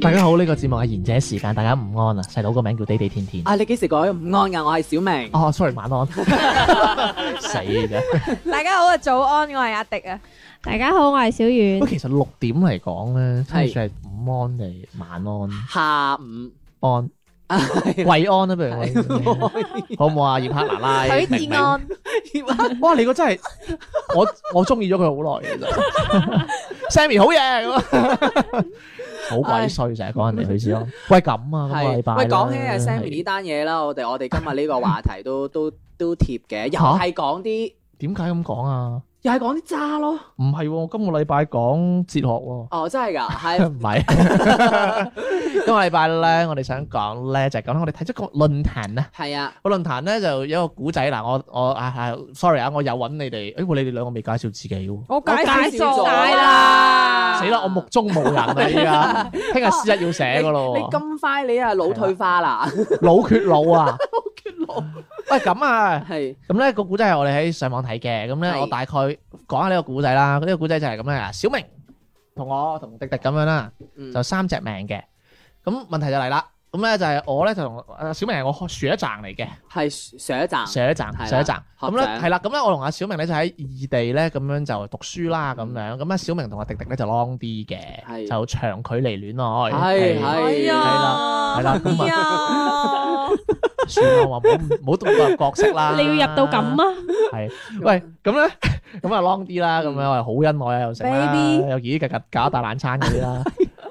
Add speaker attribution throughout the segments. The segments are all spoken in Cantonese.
Speaker 1: 大家好，呢、個節目係賢者時間，大家午安啊！細佬個名叫地地天天。
Speaker 2: 啊！你幾時改唔安噶？我係小明。
Speaker 1: 哦，sorry，晚安。 死嘅。
Speaker 3: 大家好啊，早安，我系阿迪啊。
Speaker 4: 大家好，我係小
Speaker 1: 不
Speaker 4: 遠
Speaker 1: 過。其實六點嚟講咧，真係
Speaker 2: 係
Speaker 1: 算係午安定晚 安
Speaker 2: 下午
Speaker 1: 安
Speaker 2: 啊，
Speaker 1: 慰安啦，不如我哋好唔好啊？葉克奶奶，
Speaker 4: 許
Speaker 1: 明
Speaker 4: 志
Speaker 1: 明
Speaker 4: 安，
Speaker 1: 哇！你個真係我我中意咗佢好耐嘅啫。Sammy 好嘢咁啊， 好鬼衰成日講人哋許志安。喂咁啊，今個禮拜
Speaker 2: 喂，講起
Speaker 1: 啊
Speaker 2: 啊 Sammy 呢單嘢啦，我哋我哋今日呢個話題都都都貼嘅，又
Speaker 1: 嚇
Speaker 2: 係講啲
Speaker 1: 點解咁講啊？
Speaker 2: 又係講啲渣咯。
Speaker 1: 唔係喎，今個禮拜講哲學 喎。
Speaker 2: 哦，真係㗎，係
Speaker 1: 唔係， 今個禮拜咧，我哋想講咧就係講我哋睇咗個論壇啊。
Speaker 2: 係啊，
Speaker 1: 個論壇咧就有一個古仔嗱，我我啊啊，sorry 啊，我有揾你哋，誒、哎，你哋兩個未介紹自己喎，
Speaker 3: 我
Speaker 2: 介紹咗
Speaker 3: 晒
Speaker 2: 啦
Speaker 1: 死啦，我目中無人啦依家，聽日 C 一要寫
Speaker 2: 你
Speaker 1: 噶
Speaker 2: 你
Speaker 1: 咯喎，
Speaker 2: 咁快你啊腦退化啦，
Speaker 1: 腦缺腦 啊，
Speaker 2: 腦
Speaker 1: 喂咁啊，
Speaker 2: 係
Speaker 1: 咁咧個古仔係我哋喺上網睇嘅，咁咧
Speaker 2: 係
Speaker 1: 我大概講下呢個古仔啦，呢、個古仔就係咁樣啊，小明同我同迪迪咁樣啦。
Speaker 2: 嗯
Speaker 1: 就三隻命嘅。咁問題就嚟啦，咁咧就係我咧就同阿小明係我樹一站嚟嘅，
Speaker 2: 係上一站
Speaker 1: 樹一站，
Speaker 2: 係啦
Speaker 1: 樹一站。
Speaker 2: 合
Speaker 1: 咁咧
Speaker 2: 掌
Speaker 1: 係啦，咁咧我同阿小明咧就喺異地咧咁樣就讀書啦，咁樣。咁咧小明同阿迪迪咧就 long 啲嘅，
Speaker 2: 係
Speaker 1: 就長距離戀愛。係
Speaker 2: 係係
Speaker 3: 係
Speaker 1: 啦
Speaker 3: 啊，
Speaker 1: 係啦咁
Speaker 3: 啊，
Speaker 1: 算啦，我話唔好唔好動入角色 啦。
Speaker 4: 你要入到咁啊？
Speaker 1: 係喂，咁咧 咁啊 long 啲啦，咁樣我係好恩愛啊，又成啦，
Speaker 3: Baby
Speaker 1: 又咦日日搞大懶餐嗰啲啦，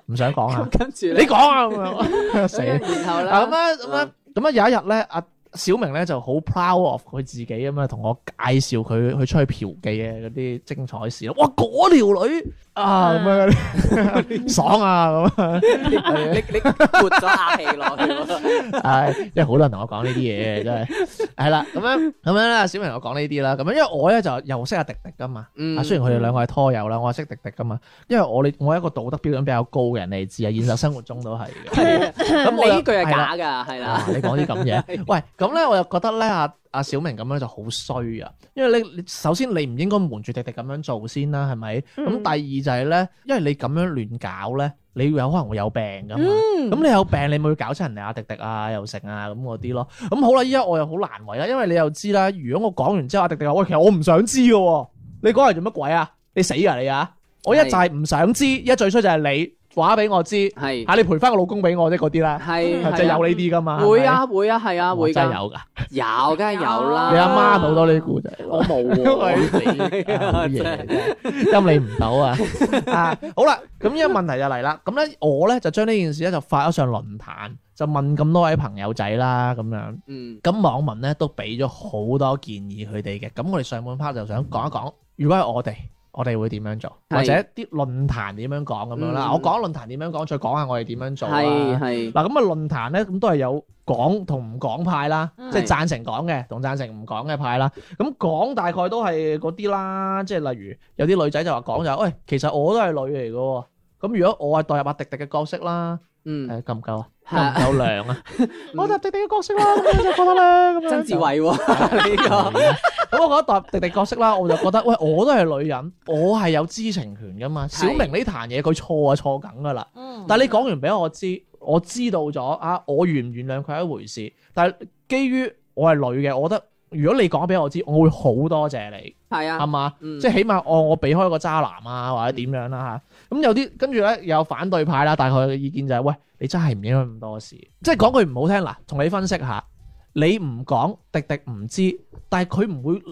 Speaker 1: 唔想講啊，
Speaker 2: 咁跟住
Speaker 1: 你講啊咁樣，死啦！
Speaker 2: 然後
Speaker 1: 嗱咁
Speaker 2: 啦，
Speaker 1: 啊咁啊咁啊有一日咧，阿小明咧就好 proud of 佢自己咁啊，同我介紹佢佢出去嫖妓嘅嗰啲精彩事咯。哇，嗰條女啊咁樣 爽啊咁啊，
Speaker 2: 你你你撥咗下氣落去喎，
Speaker 1: 唉，因為好多人同我講呢啲嘢真係係啦。咁樣咁樣啦，小明同我講呢啲啦。咁樣因為我咧就又識阿迪迪噶嘛。啊，
Speaker 2: 嗯
Speaker 1: 雖然佢哋兩個係拖友啦，我係識迪迪噶嘛，因為我哋我係一個道德標準比較高嘅人嚟自啊，現實生活中都係嘅。咁我
Speaker 2: 你
Speaker 1: 又
Speaker 2: 呢句係
Speaker 1: 係啦
Speaker 2: 假㗎，係啦
Speaker 1: 啊！。你講啲咁嘢，喂，咁咧我又覺得咧，阿阿小明咁樣就好衰啊，因為你你首先你唔應該瞞住迪迪咁樣做先啦，係咪？咁、
Speaker 3: 嗯
Speaker 1: 第二就係咧，因為你咁樣亂搞咧，你有可能會有病噶嘛。咁、
Speaker 3: 嗯，
Speaker 1: 你有病，你咪會搞親人哋阿迪迪啊，又成啊咁嗰啲咯。咁好啦，依家我又好難為啦，因為你又知啦，如果我講完之後，阿迪迪話喂，其實我唔想知嘅喎，你講嚟做乜鬼啊？你死啊你啊！我一就係唔想知，一最衰就係你話俾我知，啊
Speaker 2: 係
Speaker 1: 嚇你賠翻個老公俾我啫嗰啲啦。
Speaker 2: 係
Speaker 1: 係
Speaker 2: 係
Speaker 1: 即係
Speaker 2: 啊
Speaker 1: 有呢啲噶嘛？
Speaker 2: 會啊會啊係啊
Speaker 1: 係咪，
Speaker 2: 會
Speaker 1: 真係
Speaker 2: 㗎，
Speaker 1: 有噶。
Speaker 2: 有梗係有啦。
Speaker 1: 你阿媽好多呢啲故仔，
Speaker 2: 我冇 喎，
Speaker 1: 喂好嘢 真係陰你唔到啊！ 啊，好啦，咁呢個問題就嚟啦。咁咧，我咧就將呢件事咧就發咗上論壇，就問咁多位朋友仔啦，咁樣。
Speaker 2: 嗯
Speaker 1: 咁網民咧都俾咗好多建議佢哋嘅。咁我哋上半 part 就想講一講，如果係我哋，我哋會點樣做，
Speaker 2: 係
Speaker 1: 或者啲論壇點樣講咁樣啦。
Speaker 2: 嗯
Speaker 1: 我講論壇點樣講，再講下我哋點樣做
Speaker 2: 係
Speaker 1: 啦。
Speaker 2: 係
Speaker 1: 嗱咁啊，論壇咧咁都係有講同唔講派啦，
Speaker 3: 嗯
Speaker 1: 即係贊成講嘅同贊成唔講嘅派啦。咁講大概都係嗰啲啦，即係例如有啲女仔就話講就係喂，其實我都係女嚟嘅喎。咁如果我係代入阿迪迪嘅角色啦，
Speaker 2: 嗯
Speaker 1: 誒夠唔夠啊？夠唔
Speaker 2: 係啊
Speaker 1: 夠量 啊？我代入迪迪嘅角色啦，咁樣就覺得咧咁樣。
Speaker 2: 曾志偉喎呢個
Speaker 1: 咁我覺得代入迪迪角色啦，我就覺得喂，我都係女人，我係有知情權噶嘛。小明呢壇嘢佢錯啊錯梗噶啦。但係你講完俾我知，我知道咗啊，我原唔原諒佢係一回事。但係基於我係女嘅，我覺得如果你講俾我知，我會好多謝你，
Speaker 2: 係
Speaker 1: 係
Speaker 2: 啊，
Speaker 1: 嘛？
Speaker 2: 嗯
Speaker 1: 即係起碼我我避開個渣男啊，或者點樣啦嚇。咁有啲跟住咧有反對派啦，大概嘅意見就係、喂，你真係唔應該咁多事。即係講句唔好聽嗱，同你分析下。你唔講，迪迪唔知，但係佢唔會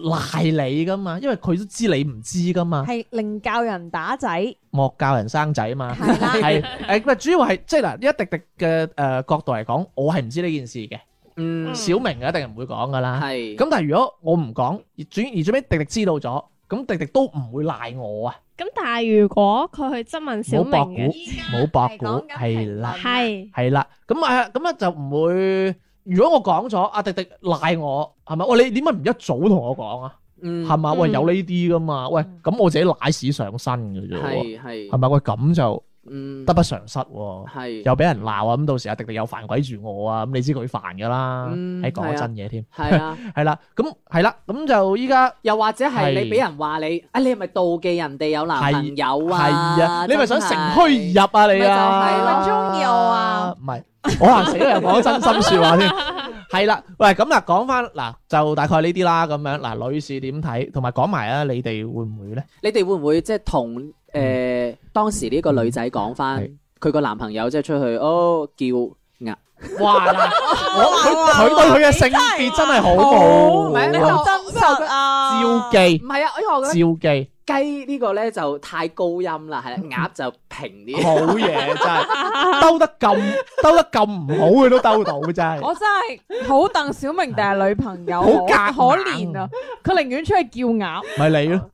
Speaker 1: 賴你噶嘛，因為佢都知你唔知噶嘛，
Speaker 3: 系令教人打仔，系
Speaker 1: 莫教人生仔嘛。
Speaker 3: 啦，
Speaker 1: 係誒，唔係主要係即係嗱，一迪迪嘅誒角度嚟講，我係唔知呢件事嘅，
Speaker 2: 嗯，
Speaker 1: 小明就一定唔會講噶啦。
Speaker 2: 係
Speaker 1: 咁但係如果我唔講，而轉而最尾迪迪知道咗，咁迪迪都唔會賴我啊！
Speaker 5: 咁但係如果佢去質問小
Speaker 1: 冇
Speaker 5: 明
Speaker 1: 博估
Speaker 5: 嘅，，
Speaker 1: 冇博
Speaker 6: 係
Speaker 1: 估
Speaker 6: 講緊，
Speaker 1: 係啦。
Speaker 5: 係
Speaker 1: 係啦，咁啊，咁啊就唔會。如果我講咗，阿迪迪賴我，係咪？喂，你點解唔一早同我講啊？
Speaker 2: 嗯
Speaker 1: 係嘛？喂，
Speaker 5: 嗯
Speaker 1: 有呢啲噶嘛？喂，咁我自己賴屎上身嘅啫喎，
Speaker 2: 係係
Speaker 1: 係咪？喂，咁就
Speaker 2: 嗯
Speaker 1: 得不償失喎，
Speaker 2: 係
Speaker 1: 又俾人鬧啊！咁到時阿迪迪又煩鬼住我啊！咁你知佢煩噶啦，
Speaker 2: 嗯
Speaker 1: 係講
Speaker 2: 係啊
Speaker 1: 真嘢添，
Speaker 2: 係啊，
Speaker 1: 係啦，咁係啦，咁就依家
Speaker 2: 又或者係
Speaker 1: 係
Speaker 2: 你俾人話你，啊你係咪妒忌人哋有男朋友啊？
Speaker 1: 係啊，你咪想乘虛
Speaker 2: 入？
Speaker 1: 而入啊你
Speaker 2: 咪就係
Speaker 1: 啊！
Speaker 2: 咯
Speaker 6: 中意我啊？
Speaker 1: 唔係，我話死人講真心説話添。係啦，喂，咁嗱，講翻嗱，就大概呢啲啦，咁樣嗱，女士點睇，同埋講埋啊，你哋會唔會咧？
Speaker 2: 你哋會唔會即係同誒當時呢個女仔講翻
Speaker 1: 係
Speaker 2: 佢個男朋友即係出去哦叫壓？
Speaker 1: 哇！嗱我佢佢對佢嘅性別真係好
Speaker 2: 好咩
Speaker 1: 冇啊，
Speaker 6: 真實啊！
Speaker 1: 照記
Speaker 2: 唔係啊，因為我
Speaker 1: 照
Speaker 2: 覺
Speaker 1: 記，
Speaker 2: 得雞呢個咧就太高音啦， 係啦，鴨就平啲。
Speaker 1: 好嘢真係，兜得咁兜得咁唔好，佢都兜到 真係。
Speaker 6: 我真係好鄧小明定係女朋友，
Speaker 1: 好
Speaker 6: 好
Speaker 1: 夾
Speaker 6: 可
Speaker 1: 硬
Speaker 6: 憐啊！佢寧願出去叫鴨，
Speaker 1: 咪你咯，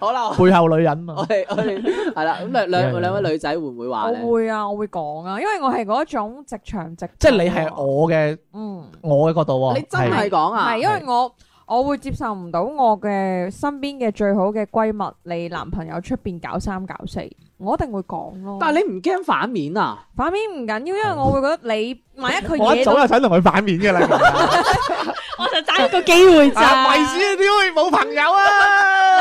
Speaker 2: 好啦，我
Speaker 1: 背後女人嘛
Speaker 2: 我，哋我哋係啦，咁
Speaker 1: 係啊
Speaker 2: 兩兩兩位女仔會唔會話咧？
Speaker 6: 我會啊，我會講啊，因為我係嗰種直腸直，
Speaker 1: 即係你係，我嘅
Speaker 6: 嗯，
Speaker 1: 我嘅角度喎。
Speaker 2: 你真係講
Speaker 6: 唔
Speaker 2: 啊
Speaker 6: 係？因為我我會接受唔到我嘅身邊嘅最好嘅閨蜜，你男朋友出邊搞三搞四，我一定會講咯。
Speaker 2: 但係你唔驚反面啊？
Speaker 6: 反面唔緊要，因為我會覺得你萬一佢
Speaker 1: 我一
Speaker 6: 惹
Speaker 1: 早
Speaker 6: 到
Speaker 1: 就想同佢反 面嘅啦。其實
Speaker 5: 我就爭一個機會咋，
Speaker 1: 啊，為 子你點會冇 朋友啊？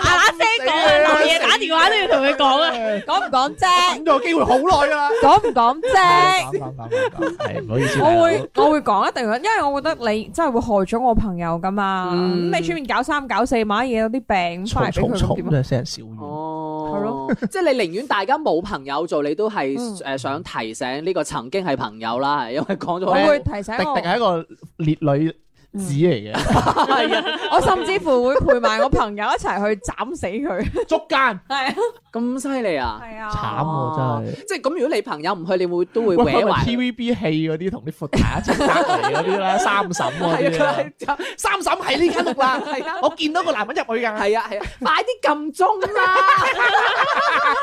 Speaker 5: 嗱嗱聲講啊，漏嘢打電話都要同佢講啊，
Speaker 6: 講唔講啫？
Speaker 1: 等咗個機會好 耐㗎啦。
Speaker 6: 講唔講啫？
Speaker 1: 係唔好意思，
Speaker 6: 我會我會講一定會，因為我覺得你真係會害咗我朋友噶嘛。
Speaker 2: 嗯
Speaker 6: 咁你出面搞三搞四買嘢有啲病，咁翻嚟俾佢
Speaker 1: 嘈嘈
Speaker 6: 咁
Speaker 1: 嘈
Speaker 6: 點啊？
Speaker 1: 真係聲小雨。
Speaker 2: 哦，
Speaker 6: 係咯，
Speaker 2: 即係你寧願大家冇朋友做，你都係
Speaker 6: 嗯
Speaker 2: 誒想提醒呢個曾經係朋友啦，係因為講咗
Speaker 6: 我
Speaker 2: 好
Speaker 6: 會提醒
Speaker 1: 迪迪
Speaker 6: 我，
Speaker 1: 係一個烈女子嚟嘅，
Speaker 6: 我甚至乎會陪埋我朋友一齊去斬死佢。
Speaker 1: 捉奸
Speaker 6: 係啊，
Speaker 2: 咁犀利啊！
Speaker 6: 係
Speaker 1: 慘
Speaker 6: 啊，
Speaker 1: 喎真係。
Speaker 2: 即係咁，如果你朋友唔去，你會都會
Speaker 1: 喂，佢
Speaker 2: 搲
Speaker 1: 咪
Speaker 2: 埋。
Speaker 1: TVB 戲嗰啲同啲闊太一齊隔離嗰啲 啦，三嬸嗰啲啊
Speaker 2: 係啊，佢係
Speaker 1: 三嬸喺呢間屋啦，
Speaker 2: 係啊
Speaker 1: 我見到個男人入去㗎。
Speaker 2: 係啊係啊，快啲撳鐘啦！
Speaker 6: 撳啦，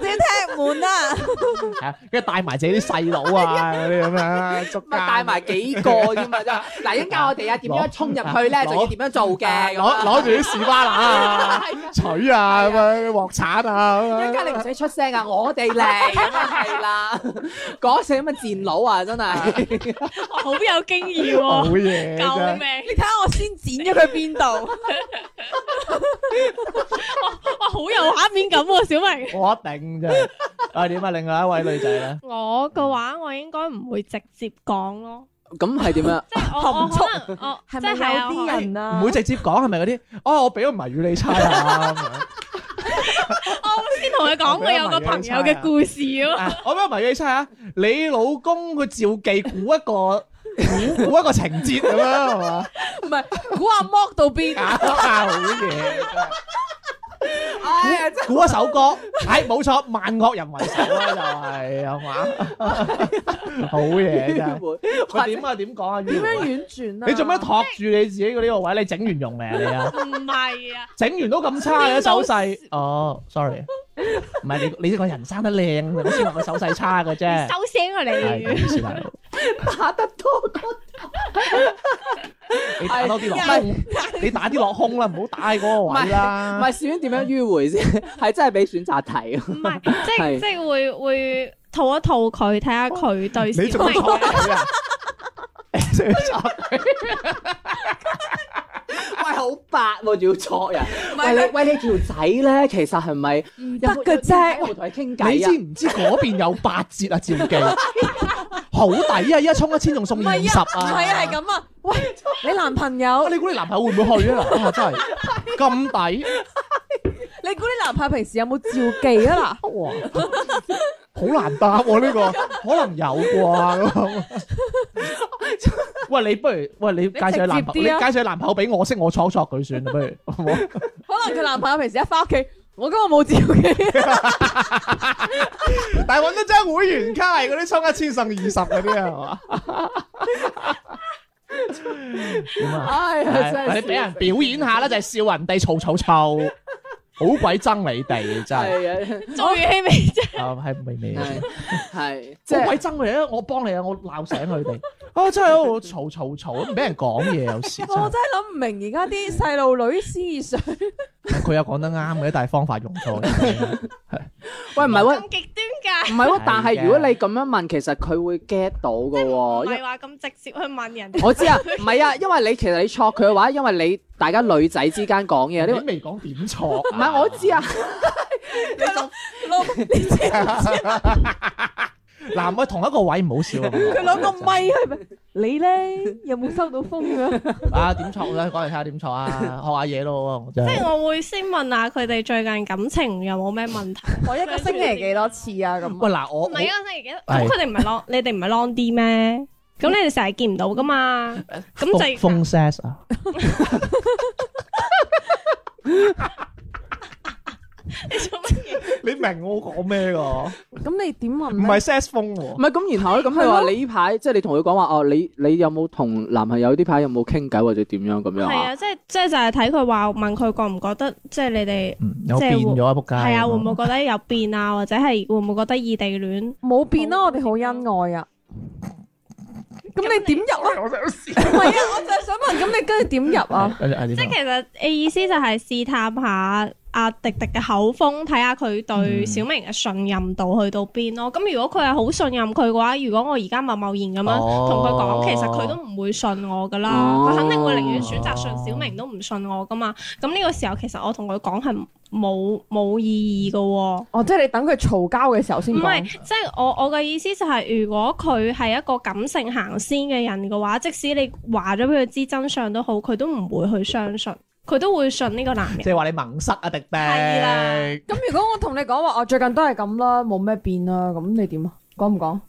Speaker 6: 自己踢門啦。
Speaker 1: 係啊，跟住帶埋自己啲細佬啊嗰啲咁 樣捉
Speaker 2: 咪
Speaker 1: 奸。
Speaker 2: 帶埋幾個添啊！真係嗱，一陣間我哋啊點樣衝入去咧，
Speaker 1: 攞
Speaker 2: 就要點樣做嘅咁
Speaker 1: 攞
Speaker 2: 啊。
Speaker 1: 攞住啲士巴拿 啊、錘啊咁樣鑊鏟啊
Speaker 2: 一
Speaker 1: 咁
Speaker 2: 陣
Speaker 1: 樣。
Speaker 2: 間你唔使出聲啊，我哋嚟咁啊係啦，嗰時咁嘅賤佬啊，真係。
Speaker 5: 我好有經驗
Speaker 1: 好
Speaker 5: 喎，
Speaker 1: 嘢真
Speaker 5: 救
Speaker 1: 係。
Speaker 5: 命！
Speaker 6: 你睇下我先剪咗佢邊度，
Speaker 5: 哇，好有畫面感喎，小明。
Speaker 1: 我一定啫。啊，點啊？另外一位女仔咧，
Speaker 5: 我嘅話，我應該唔會直接講咯，
Speaker 2: 咁係點樣？
Speaker 5: 即係我我可能我即
Speaker 6: 係咪有
Speaker 5: 係啊
Speaker 6: 啲人啊？
Speaker 1: 唔會直接講係咪嗰啲？哦，我俾咗謎語你猜啊咁樣
Speaker 5: 我先同佢講，我有個朋友嘅故事咯。
Speaker 1: 啊！ 我俾咗謎語你猜啊！你老公佢照記估一個。估估一個情節咁樣係嘛？
Speaker 6: 唔係估下剝到邊
Speaker 1: 啊，好嘢！估估一首歌，係冇錯，萬惡人為首啦，就係係嘛？ 好嘢 真係！
Speaker 2: 會
Speaker 1: 喂，點啊？點講啊？
Speaker 6: 點樣婉轉啊？
Speaker 1: 你做咩托住你自己嗰呢個位？你整完用未啊？你啊？
Speaker 5: 唔係啊，
Speaker 1: 整完都咁差嘅手勢，哦，sorry，唔係你你個人生得靚，我先話個手勢差嘅啫。
Speaker 5: 收聲啊
Speaker 1: 係唔好
Speaker 5: 你！
Speaker 1: 意思大佬，
Speaker 2: 打得多過
Speaker 1: 你打多啲落胸，你打啲落胸啦，唔好打喺嗰個位
Speaker 2: 唔
Speaker 1: 啦。
Speaker 2: 係小娟點樣迂回先？係真係俾選擇題
Speaker 5: 唔係，即係
Speaker 2: 係
Speaker 5: 即係會會套一套佢，睇下
Speaker 4: 哦
Speaker 5: 佢對小明
Speaker 1: 錯
Speaker 5: 嘅。
Speaker 1: 佢啊？你仲要錯
Speaker 2: 喂，好白喎，仲要錯人。
Speaker 6: 唔係
Speaker 2: 喂你喂你條仔咧，其實係咪
Speaker 6: 唔
Speaker 2: 有
Speaker 6: 得
Speaker 2: 冇
Speaker 6: 嘅
Speaker 2: 有冇
Speaker 6: 啫？
Speaker 2: 同佢傾
Speaker 1: 你
Speaker 2: 偈
Speaker 1: 知
Speaker 2: 啊？
Speaker 1: 唔知嗰邊有八折啊？照記， 好抵啊！依家充一千仲送
Speaker 6: 唔
Speaker 1: 二
Speaker 6: 係
Speaker 1: 十
Speaker 6: 啊，
Speaker 1: 啊！
Speaker 6: 唔係啊，係咁啊！喂，你男朋友
Speaker 1: 啊！你估你男朋友會唔會去 啊？嗱，真係咁抵。
Speaker 6: 你估你男朋友平時有冇照記 啊？
Speaker 1: 哇，好難答喎呢個，可能有啩咁 樣。喂，你不如喂你介紹你男朋
Speaker 6: 你直接啲啊
Speaker 1: 友，你介紹你男朋友俾我識，我錯錯佢算啦，不如。好唔好
Speaker 6: 嗱，可能佢男朋友平時一翻屋企，
Speaker 3: 我今日冇照嘅，
Speaker 1: 但係揾一張會員卡係嗰啲充一千送二十嗰啲啊係嘛？點啊？
Speaker 2: 哎呀，真係
Speaker 1: 你俾人表演下啦，就係笑人哋嘈嘈嘈，好鬼憎你哋真係，
Speaker 2: 係啊，
Speaker 4: 做完戲未啫？
Speaker 1: 啊係未未，
Speaker 2: 係係 即
Speaker 1: 好
Speaker 2: 係
Speaker 1: 鬼憎你啊！我幫你啊，我鬧醒 佢哋啊！真係喺度嘈嘈嘈，唔俾人講嘢有時真
Speaker 3: 我
Speaker 1: 係。
Speaker 3: 真係諗唔明而家啲細路女思想。
Speaker 1: 佢又講得啱嘅，但係方法用錯咗。
Speaker 2: 喂唔係喎，
Speaker 4: 咁極 端㗎，
Speaker 2: 唔係喎，但
Speaker 1: 係嘅
Speaker 2: 係如果你咁樣問，其實佢會 get 到嘅
Speaker 4: 唔
Speaker 2: 喎。因
Speaker 4: 係話咁直接去問人哋。
Speaker 2: 我知啊，唔係啊，因為你其實你錯佢嘅話，因為你大家女仔之間講嘢，
Speaker 1: 你都
Speaker 2: 呢個
Speaker 1: 未講點錯，唔
Speaker 2: 唔係我 知啊，
Speaker 3: 攞佢
Speaker 1: 嗱，我同一個位唔好笑啊！
Speaker 3: 攞個咪 係咪？你咧有冇收到風咁？
Speaker 1: 啊，點錯咧？講嚟睇下點錯啊！ 學下嘢咯，我真
Speaker 4: 即
Speaker 1: 係。
Speaker 4: 係 我會先問下佢哋最近感情有冇咩問題。
Speaker 3: 我一個星期幾多次啊？咁
Speaker 1: 喂嗱，我
Speaker 4: 唔係啊，星期幾？
Speaker 1: 係
Speaker 4: 咁佢哋唔係 long，你哋唔係 long 啲咩？咁你哋成日見唔到噶嘛？咁就
Speaker 1: 風風 s 啊！
Speaker 4: 你做乜嘢？
Speaker 1: 你明我講咩噶？唔
Speaker 3: 咁你點問咧？
Speaker 1: 係 sex 風
Speaker 2: 唔
Speaker 1: 喎，
Speaker 2: 係咁，然後咧咁你話你呢排即係你同佢講話哦，你你有冇同男朋友呢排有冇傾偈或者點樣咁樣
Speaker 4: 係
Speaker 2: 啊？
Speaker 4: 啊，即係即係就係睇佢話問佢覺唔覺得，即係你哋
Speaker 1: 嗯，有
Speaker 4: 即係
Speaker 1: 變
Speaker 4: 會
Speaker 1: 咗啊！仆街，
Speaker 4: 係啊，會唔會覺得有變啊？或者係會唔會覺得異地戀？
Speaker 3: 冇變啦，我哋好恩愛啊！咁你點入啊？我想唔係啊，我就係 想問，咁你跟住點入啊？
Speaker 1: 啊？
Speaker 4: 即係其實你意思就係試探下阿迪迪嘅口風，睇下佢對小明嘅信任度去到邊咯。咁如果佢係好信任佢嘅話，如果我而家貿貿然咁樣
Speaker 1: 哦
Speaker 4: 同佢講，其實佢都唔會信我噶啦，
Speaker 2: 哦
Speaker 4: 佢、肯定會寧願選擇信小明都唔信我噶嘛。咁呢個時候其實我同佢講係冇冇意義噶喎、
Speaker 3: 哦，即係你等佢嘈交嘅時候先
Speaker 4: 唔係，
Speaker 3: 講。
Speaker 4: 即係我我嘅意思就係，如果佢係一個感性行先嘅人嘅話，即使你話咗俾佢知真相都好，佢都唔會去相信，佢都會信呢個男
Speaker 1: 即
Speaker 4: 人。
Speaker 1: 係話你萌塞啊，迪迪。
Speaker 4: 係啦
Speaker 3: 咁如果我同你講話，我
Speaker 6: 哦
Speaker 3: 最近都係咁啦，冇咩變啦，咁你點啊？講唔講？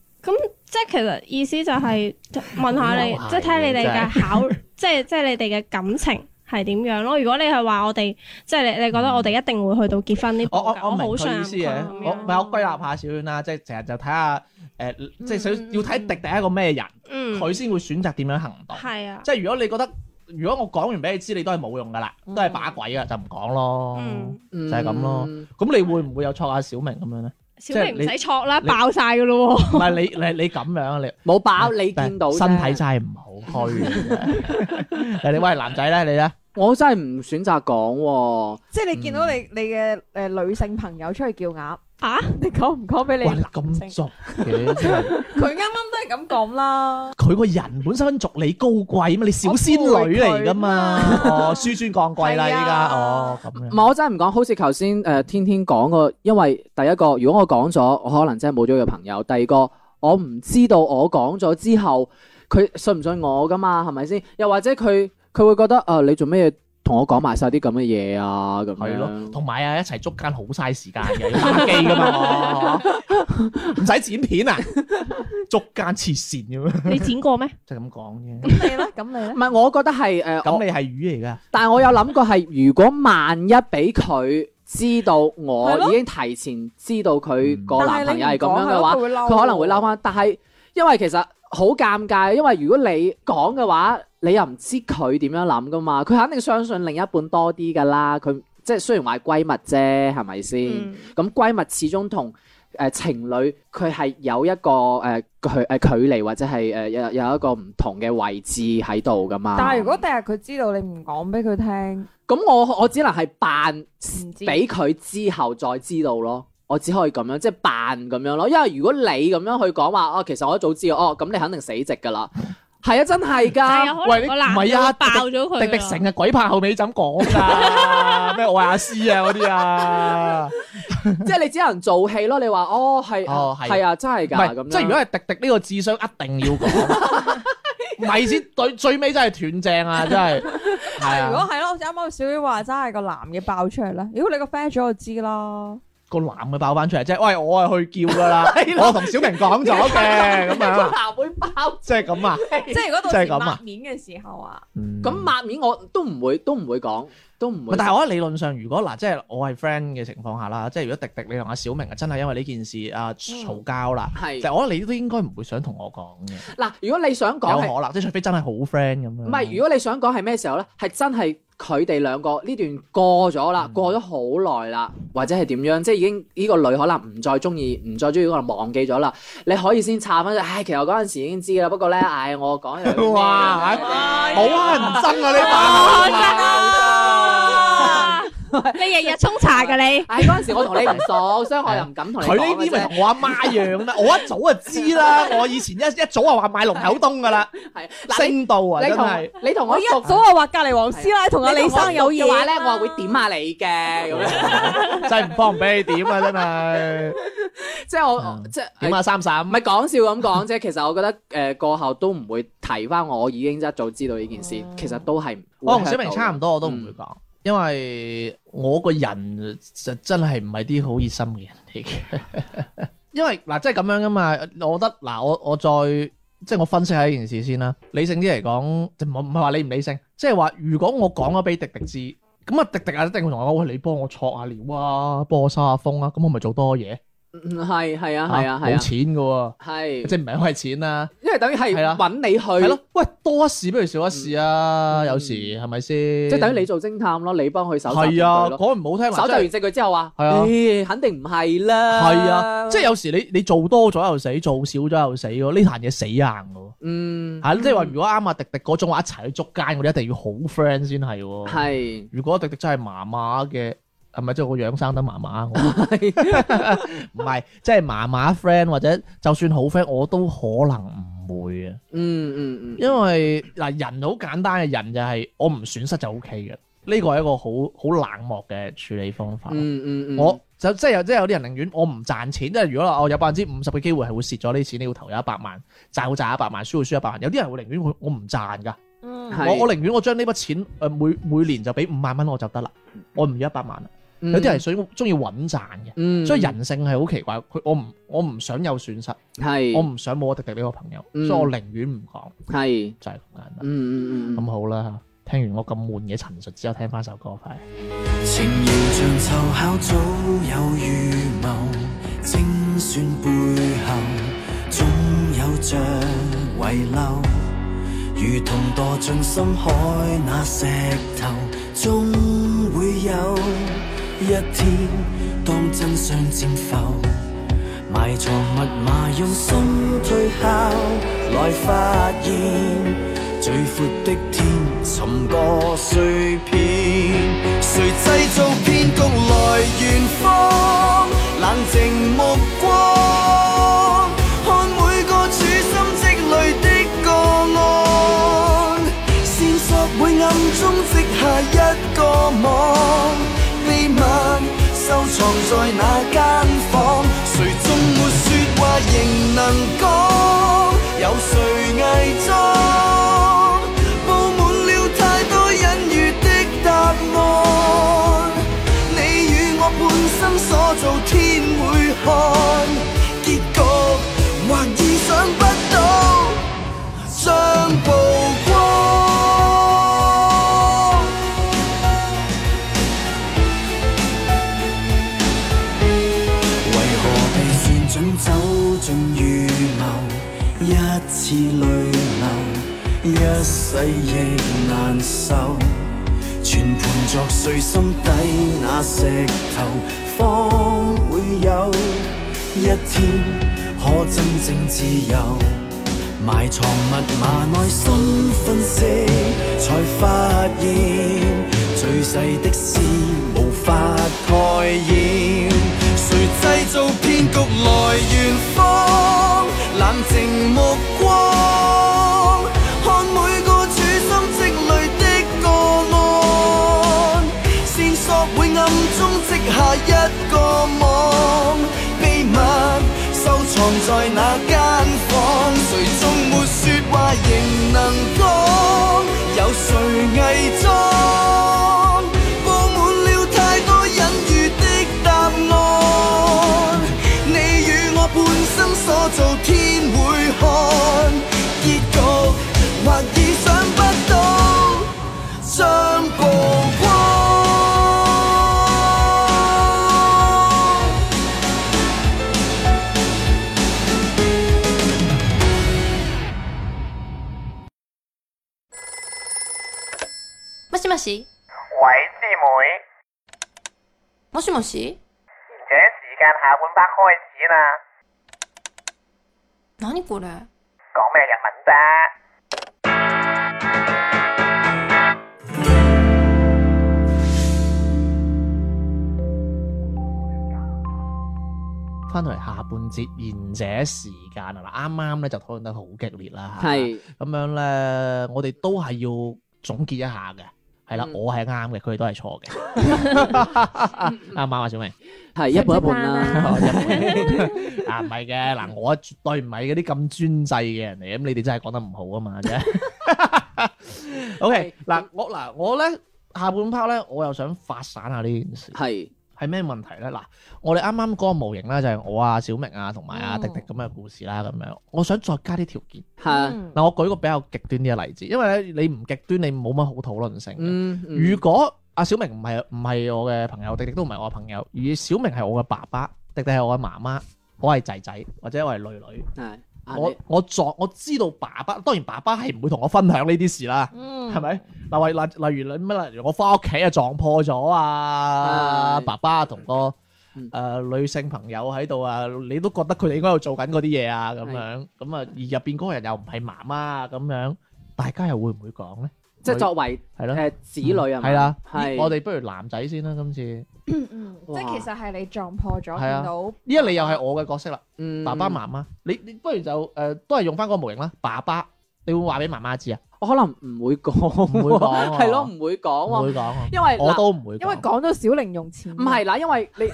Speaker 4: 即係其實意思就係問下 你
Speaker 1: 好有，
Speaker 4: 即係睇你哋嘅 考，即係即係你哋嘅感情。係點樣咯？如果你係話我哋，即係你你覺得我哋一定會去到結婚呢步
Speaker 1: 我
Speaker 4: 㗎，
Speaker 1: 我我明
Speaker 4: 好信
Speaker 1: 佢
Speaker 4: 任
Speaker 1: 意思
Speaker 4: 佢
Speaker 1: 嘅，
Speaker 4: 咁
Speaker 1: 我
Speaker 4: 樣
Speaker 1: 唔係我歸納下小圈啦，即係成日就睇下誒，即係想要睇迪迪係一個咩人，
Speaker 4: 嗯，
Speaker 1: 佢先會選擇點樣行動。
Speaker 4: 係啊，
Speaker 1: 即係如果你覺得，如果我講完俾你知，你都係冇用噶啦，都係把鬼噶，就唔講咯。
Speaker 4: 嗯，
Speaker 2: 就
Speaker 1: 係咁咯。咁你會唔會有錯下小明咁樣咧？
Speaker 4: 小
Speaker 1: 即係
Speaker 4: 明唔
Speaker 1: 你
Speaker 4: 使錯啦，
Speaker 1: 你
Speaker 4: 爆晒噶咯喎。
Speaker 1: 唔係你你你咁樣你。
Speaker 2: 冇爆，你見到啫
Speaker 1: 身體真係唔好虛嘅啫。誒你喂男仔咧，你咧
Speaker 2: 我真係唔選擇講喎。
Speaker 3: 即係你見到你你嘅誒女性朋友出去叫鴨
Speaker 4: 啊？
Speaker 3: 你講唔講俾你
Speaker 1: 哇
Speaker 3: 男
Speaker 1: 咁
Speaker 3: 性？
Speaker 1: 俗嘅，真係
Speaker 3: 佢啱啱都係咁講啦。
Speaker 1: 佢個人本身俗你高貴嘛，你小仙女嚟噶嘛
Speaker 3: 我陪佢，嘛
Speaker 1: 哦紆尊降貴啦依
Speaker 3: 係啊
Speaker 1: 家，哦咁
Speaker 2: 唔
Speaker 1: 樣。
Speaker 2: 係我真係唔講，好似頭先誒天天講個，因為第一個如果我講咗，我可能真係冇咗個朋友；第二個我唔知道我講咗之後，佢信唔信我噶嘛，係咪先？又或者佢佢會覺得誒、呃你做咩同我講埋晒啲咁嘅嘢啊？咁
Speaker 1: 係
Speaker 2: 樣
Speaker 1: 咯，同埋啊，一齊捉奸好嘥時間嘅，要打機噶嘛，唔使剪片啊，捉奸切線咁樣，
Speaker 4: 你剪過 咩？
Speaker 1: 就咁講啫。
Speaker 3: 咁你咧？咁你咧
Speaker 2: 唔？係我覺得係誒，呃我
Speaker 1: 咁你係魚嚟噶，
Speaker 2: 但係啊我有諗過係，如果萬一俾佢知道我
Speaker 3: 係咯嗯
Speaker 2: 已經提前知道佢個
Speaker 3: 但
Speaker 2: 男
Speaker 3: 係
Speaker 2: 朋
Speaker 3: 你
Speaker 2: 友係
Speaker 3: 唔
Speaker 2: 咁
Speaker 3: 講
Speaker 2: 樣
Speaker 3: 係
Speaker 2: 嘅
Speaker 3: 咯
Speaker 2: 話，
Speaker 3: 佢會嬲
Speaker 2: 佢可能會
Speaker 3: 喎
Speaker 2: 嬲翻。但係因為其實好尷尬，因為如果你講嘅話，你又唔知佢點樣諗噶嘛，佢肯定相信另一半多啲噶啦。佢即係雖然話係閨蜜啫，係咪先？咁、
Speaker 4: 嗯
Speaker 2: 閨蜜始終同誒、呃情侶佢係有一個誒、呃距誒、呃距離或者係誒、呃有有一個唔同嘅位置喺度噶嘛。
Speaker 3: 但係如果第日佢知道你唔講俾佢聽，
Speaker 2: 咁我我只能係扮
Speaker 3: 唔知
Speaker 2: 俾佢之後再知道咯。我只可以咁樣，即係扮咁樣咯。因為如果你咁樣去講話，哦，其實我一早知，哦，咁你肯定死直噶啦。係啊，真係
Speaker 4: 但
Speaker 2: 㗎。
Speaker 4: 係有可
Speaker 1: 喂
Speaker 4: 能個
Speaker 1: 你
Speaker 4: 男
Speaker 1: 唔係
Speaker 4: 人
Speaker 1: 啊
Speaker 4: 會爆咗佢
Speaker 1: 迪迪
Speaker 4: 㗎
Speaker 1: 成日鬼拍後尾就咁講噶，咩我係阿詩啊嗰啲啊。
Speaker 2: 即係你只能做戲咯。你話哦，係
Speaker 1: 哦係
Speaker 2: 係啊，真係
Speaker 1: 唔係
Speaker 2: 㗎咁樣。
Speaker 1: 即係如果係迪迪呢個智商一定要講， 唔係先對最尾真係斷正啊！真係係
Speaker 3: 如果
Speaker 1: 啊，
Speaker 3: 係咯，好似啱啱小雨話齋係個男嘅爆出嚟啦。如果你個 friend 咗就知啦，
Speaker 1: 個男嘅爆翻出嚟，即係喂我係去叫㗎 啦，我同小明講咗嘅咁樣啊，
Speaker 2: 男會包，
Speaker 1: 即係咁 啊，
Speaker 3: 即係如果到
Speaker 1: 真係
Speaker 3: 時
Speaker 1: 咁啊
Speaker 3: 抹面嘅時候啊，
Speaker 2: 咁抹面我都唔會，都唔會講，都唔
Speaker 1: 唔
Speaker 2: 會
Speaker 1: 係。但係我覺得理論上，如果嗱，即係我係 friend 嘅情況下啦，即係如果迪迪你同阿小明啊，真係因為呢件事啊嘈交啦，
Speaker 2: 嗯係
Speaker 1: 就我覺得你都應該唔會想同我講嘅，
Speaker 2: 嗱，如果你想講係
Speaker 1: 有可能，即係除非真係好 friend 咁樣。
Speaker 2: 唔係？如果你想講係咩時候咧？係真係佢哋兩個呢段過咗啦，
Speaker 1: 嗯
Speaker 2: 過咗好耐啦，或者係點樣？即係已經呢個女可能唔再中意，唔再中意，可能忘記咗啦。你可以先插翻出，唉，其實我嗰陣時已經知㗎啦，不過咧，唉，我講又有 咩
Speaker 1: 哇好乞人憎啊呢
Speaker 4: 哇
Speaker 1: 班
Speaker 4: 真啊！你日日沖茶㗎你？
Speaker 2: 唉，嗰陣時我同你唔 熟，所以我又唔敢同你
Speaker 1: 佢呢
Speaker 2: 講嘅
Speaker 1: 啲咪
Speaker 2: 啫。
Speaker 1: 同我阿媽一樣咩？ 我一早就知啦，我以前一一早就話買龍口東噶啦，
Speaker 2: 係嗱，
Speaker 1: 升到啊
Speaker 2: 你
Speaker 1: 真
Speaker 2: 你
Speaker 1: 係。
Speaker 2: 同你同我
Speaker 3: 我一
Speaker 2: 熟
Speaker 3: 早就話隔離黃師奶同阿李生有嘢
Speaker 2: 嘅話咧，我係會點下你嘅 咁樣，
Speaker 1: 真係唔幫俾你點啊！真係
Speaker 2: 即係我
Speaker 1: 嗯
Speaker 2: 即係
Speaker 1: 點啊三
Speaker 2: 唔
Speaker 1: 嬸，
Speaker 2: 係講笑咁講啫，其實我覺得誒、呃、過後都唔會提翻我已經一早知道呢件事，其實都係
Speaker 1: 我同小明差唔
Speaker 2: 多。嗯
Speaker 1: 多，我都唔會講，因為我個人就真係唔係啲好熱心嘅人嚟嘅。 因為嗱，即係咁樣噶嘛，我覺得嗱，我我再即係我分析下呢件事先啦。理性啲嚟講，就唔唔係話理唔理性，即係話如果我講咗俾迪迪知，咁啊迪迪啊一定會同我講：喂，你幫我戳下料啊，幫我收下風啊，咁我咪做多嘢。
Speaker 2: 嗯係係啊係啊係
Speaker 1: 冇
Speaker 2: 啊，
Speaker 1: 錢噶喎，
Speaker 2: 係
Speaker 1: 即係唔係因為錢啦，
Speaker 2: 因為等於係
Speaker 1: 係啦
Speaker 2: 揾你
Speaker 1: 係
Speaker 2: 去，
Speaker 1: 咯，喂，多一事不如少一事啊，
Speaker 2: 嗯
Speaker 1: 有時係咪先？
Speaker 2: 即係等於你做偵探咯，你幫佢搜集證據
Speaker 1: 係啊，
Speaker 2: 咯，
Speaker 1: 講唔好聽
Speaker 2: 搜
Speaker 1: 嗱，
Speaker 2: 集
Speaker 1: 即係
Speaker 2: 完證據之後話，
Speaker 1: 係啊
Speaker 2: 誒肯定唔係啦，
Speaker 1: 係啊，即係有時你你做多咗又死，做少咗又死喎，呢壇嘢死硬嘅喎。
Speaker 2: 嗯
Speaker 1: 係即係話如果啱啊迪迪嗰種話一齊去捉奸嗰啲，一定要好 friend 先係喎。
Speaker 2: 係
Speaker 1: 如果迪迪真係麻麻嘅，係咪即係個樣生得麻麻？我唔係，即係麻麻 friend 或者就算好 friend，我都可能唔會啊。
Speaker 2: 嗯嗯嗯，
Speaker 1: 因為嗱人好簡單嘅，人就係我唔損失就 O K 嘅，呢個係一個好好冷漠嘅處理方法。
Speaker 2: 嗯嗯嗯，
Speaker 1: 我就即係有即係有啲人寧願我唔賺錢，即係如果話我有百分之五十嘅機會係會蝕咗呢啲錢，你要投入一百萬，賺好賺一百萬，輸好輸一百萬。有啲人會寧願我我唔賺㗎，
Speaker 3: 嗯，
Speaker 2: 係
Speaker 1: 我我寧願我將呢筆錢誒每每年就俾五萬蚊我就得啦，我唔要一百萬啦。
Speaker 2: 嗯
Speaker 1: 有啲人想中意穩賺嘅，
Speaker 2: 嗯
Speaker 1: 所以人性係好奇怪，佢我唔我唔想有損失，
Speaker 2: 係
Speaker 1: 我唔想冇我迪迪呢個朋友，所
Speaker 2: 嗯
Speaker 1: 以我寧願唔講，
Speaker 2: 係
Speaker 1: 就係咁簡單。
Speaker 2: 嗯嗯嗯嗯
Speaker 1: 咁。好啦，聽完我咁悶嘅陳述之後，聽翻首歌快。
Speaker 7: 情形像湊巧早有預謀，精算背後總有着遺漏，如同墮進深海那石頭，終會有一天當真相漸浮。埋藏密碼，用心推敲，來發現最闊的天，尋個碎片。誰製造騙局來源方？冷靜目光，看每個處心積慮的個案，線索會暗中織下一個網。秘密收藏在那間房，誰終沒說話仍能講，有誰偽裝？布滿了太多隱喻的答案，你與我半生所做天會看，結局或意想不到，將曝光。為何被算準走進預謀？一次淚流，一世亦難受。全盤作碎心底那石頭，方會有一天可真正自由。埋藏密碼，內心分析，才發現最細的事無法蓋掩。誰製造騙局來源方？冷靜目光，看每個處心積慮的個案，線索會暗中織下一個網，秘密。收藏在那間房，誰終沒說話仍能講，有誰偽裝？佈滿了太多隱喻的答案，
Speaker 8: もしもし
Speaker 6: 喂，師妹，
Speaker 8: もしもし
Speaker 6: 而且時間下半 part 開始啦，
Speaker 8: 何これ
Speaker 6: 講咩日文啫？
Speaker 1: 翻到嚟下半節賢者時間啊！嗱，啱啱咧就討論得好激烈啦，嚇
Speaker 2: 係
Speaker 1: 咁樣咧，我哋都係要總結一下嘅。係啦，
Speaker 2: 嗯
Speaker 1: 我係啱嘅，佢哋都係錯嘅。 啱唔啱啊，小明？哦
Speaker 2: 係一半一半啦。
Speaker 1: 啊，唔係嘅，嗱，我絕對唔係嗰啲咁專制嘅人嚟，咁你哋真係講得唔好啊嘛，啫。OK，嗱，我嗱我咧下半 part 咧，我又想發散下呢件事。
Speaker 2: 係
Speaker 1: 係咩問題咧？嗱，我哋啱啱嗰個模型啦，就係我啊、小明啊同埋啊
Speaker 3: 嗯
Speaker 1: 迪迪咁嘅故事啦，咁樣。我想再加啲條件。
Speaker 2: 係，
Speaker 1: 嗱，我舉個比較極端啲嘅例子，因為咧你唔極端，你冇乜好討論性嘅。
Speaker 2: 嗯，嗯
Speaker 1: 如果阿小明唔係唔係我嘅朋友，迪迪都唔係我嘅朋友，而小明係我嘅爸爸，迪迪係我嘅媽媽，我係仔仔或者我係女女，
Speaker 2: 係啊
Speaker 1: 我
Speaker 2: 你
Speaker 1: 我作我知道爸爸，當然爸爸係唔會同我分享呢啲事啦。
Speaker 2: 嗯
Speaker 1: 係咪？嗱，例例如你咩？例如我翻屋企啊撞破咗啊，
Speaker 2: 係
Speaker 1: 爸爸同個
Speaker 2: 嗯
Speaker 1: 誒女性朋友喺度啊，你都覺得佢哋應該喺度做緊嗰啲嘢啊，咁樣咁啊，而入邊嗰個人又唔係媽媽啊咁樣，大家又會唔會講咧？
Speaker 2: 即係作為
Speaker 1: 係咯。嗯
Speaker 2: 誒子女啊嘛，
Speaker 1: 係啦，
Speaker 2: 係
Speaker 1: 我哋不如男仔先啦，今次，
Speaker 3: 嗯即係其實係你撞破咗，
Speaker 1: 係啊
Speaker 3: 見到
Speaker 1: 依家你又係我嘅角色啦，
Speaker 2: 嗯
Speaker 1: 爸爸媽媽，你你不如就诶、呃都係用翻嗰個模型啦，爸爸，你會話俾媽媽知啊？
Speaker 2: 我可能唔會講，唔
Speaker 1: 會講喎
Speaker 2: 係咯，唔會
Speaker 1: 唔
Speaker 2: 講喎，
Speaker 1: 會講啊，
Speaker 2: 因為
Speaker 1: 我
Speaker 2: 嗱
Speaker 1: 都唔會講，
Speaker 3: 因為講到小零用錢，
Speaker 2: 唔係嗱，因為你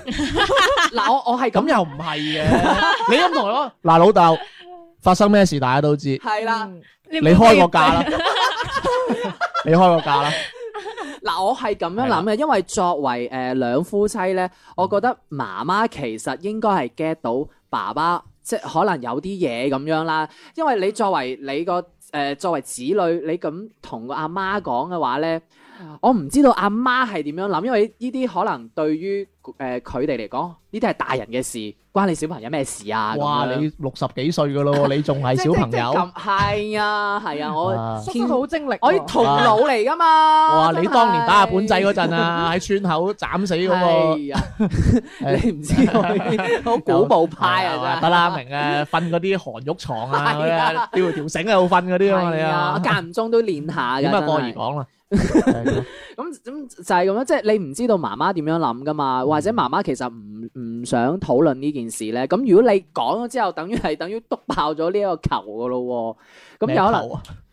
Speaker 2: 嗱我我係咁
Speaker 1: 咁又唔係嘅，你咁同我講嗱老 豆發生咩事大家都知，
Speaker 2: 係啦。
Speaker 3: 嗯
Speaker 4: 你
Speaker 1: 你開個價啦，你開個價啦，
Speaker 2: 嗱，我係咁樣諗嘅，因為作為誒、呃、兩夫妻咧，我覺得媽媽其實應該係 get 到爸爸，即係可能有啲嘢咁樣啦。因為你作為你個誒、呃作為子女，你咁同個阿媽講嘅話咧，我唔知道阿媽係點樣諗，因為呢啲可能對於誒佢哋嚟講，呢啲係大人嘅事，關你小朋友咩事啊？咁
Speaker 1: 哇
Speaker 2: 樣
Speaker 1: 你六十幾歲噶咯，你仲係小朋
Speaker 2: 即係
Speaker 1: 友，
Speaker 2: 咁係啊係啊，我
Speaker 1: 啊
Speaker 3: 叔叔好精力喎，
Speaker 2: 我啲童腦嚟噶嘛。
Speaker 1: 哇你當年打日本仔
Speaker 2: 真係
Speaker 1: 嗰陣啊，喺村口斬
Speaker 2: à.
Speaker 1: 死嗰 個。
Speaker 2: 係啊，你唔知我啲好古墓派啊，
Speaker 1: 得
Speaker 2: 真係。
Speaker 1: 啦，明啊，瞓嗰啲寒褥床啊，嗰
Speaker 2: 係
Speaker 1: 啲
Speaker 2: 啊
Speaker 1: 啊吊條繩喺度瞓嗰啲啊嘛，你
Speaker 2: 係啊，我
Speaker 1: 啊，
Speaker 2: 間唔中都練下㗎。
Speaker 1: 點啊
Speaker 2: 真係
Speaker 1: 過兒講啦，
Speaker 2: 咁咁就係咁樣，即係你唔知道媽媽點樣諗噶嘛，或者媽媽其實唔唔想討論呢件事咧。咁如果你講咗之後，等於係等於篤爆咗呢一個球噶咯喎。咁有可能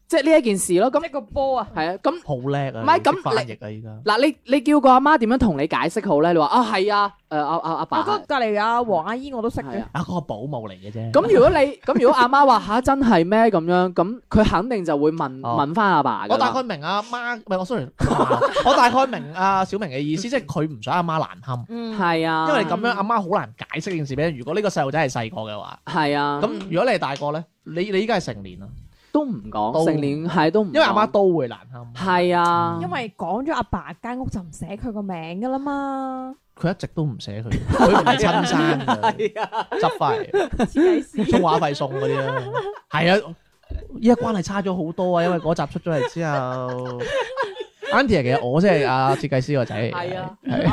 Speaker 2: 即係呢一件事咯。咁
Speaker 3: 一個波啊，
Speaker 2: 係啊，咁
Speaker 1: 好叻啊，
Speaker 2: 唔係咁
Speaker 1: 你識翻譯啊依家，
Speaker 2: 嗱，你你叫個阿媽點樣同你解釋好咧？你話啊係啊，誒阿阿阿
Speaker 3: 我
Speaker 2: 爸
Speaker 3: 嗰個隔離嘅黃阿姨我都識
Speaker 2: 係
Speaker 3: 嘅
Speaker 2: 啊。
Speaker 1: 啊嗰個保姆嚟嘅啫，
Speaker 2: 咁如果你咁如果阿媽話吓真係咩咁樣，咁佢肯定就會問
Speaker 1: 哦
Speaker 2: 問翻阿爸㗎
Speaker 1: 我大
Speaker 2: 啦。
Speaker 1: 概明阿媽，唔係我 sorry，我大概明阿小明嘅意思，即係佢唔想阿媽難堪，
Speaker 3: 嗯
Speaker 2: 係啊，
Speaker 1: 因為咁樣阿媽好難解釋件事俾你。如果呢個細路仔係細個嘅話，
Speaker 2: 係啊，
Speaker 1: 咁如果你係大個咧，你你依家係成年啦，
Speaker 2: 都唔
Speaker 1: 都
Speaker 2: 講成年係都唔講，
Speaker 1: 因為阿媽都會難堪，
Speaker 2: 係啊，
Speaker 3: 因為講咗阿爸間屋就唔寫佢個名噶啦嘛，
Speaker 1: 佢一直都唔寫佢，佢唔係親生嘅。
Speaker 2: 係啊，
Speaker 1: 執翻嚟，充話費送嗰啲啊，係啊，依家關係差咗好多啊，因為嗰集出咗嚟之後 a n t i 其實我先係阿設計師個仔嚟嘅，
Speaker 2: 係啊，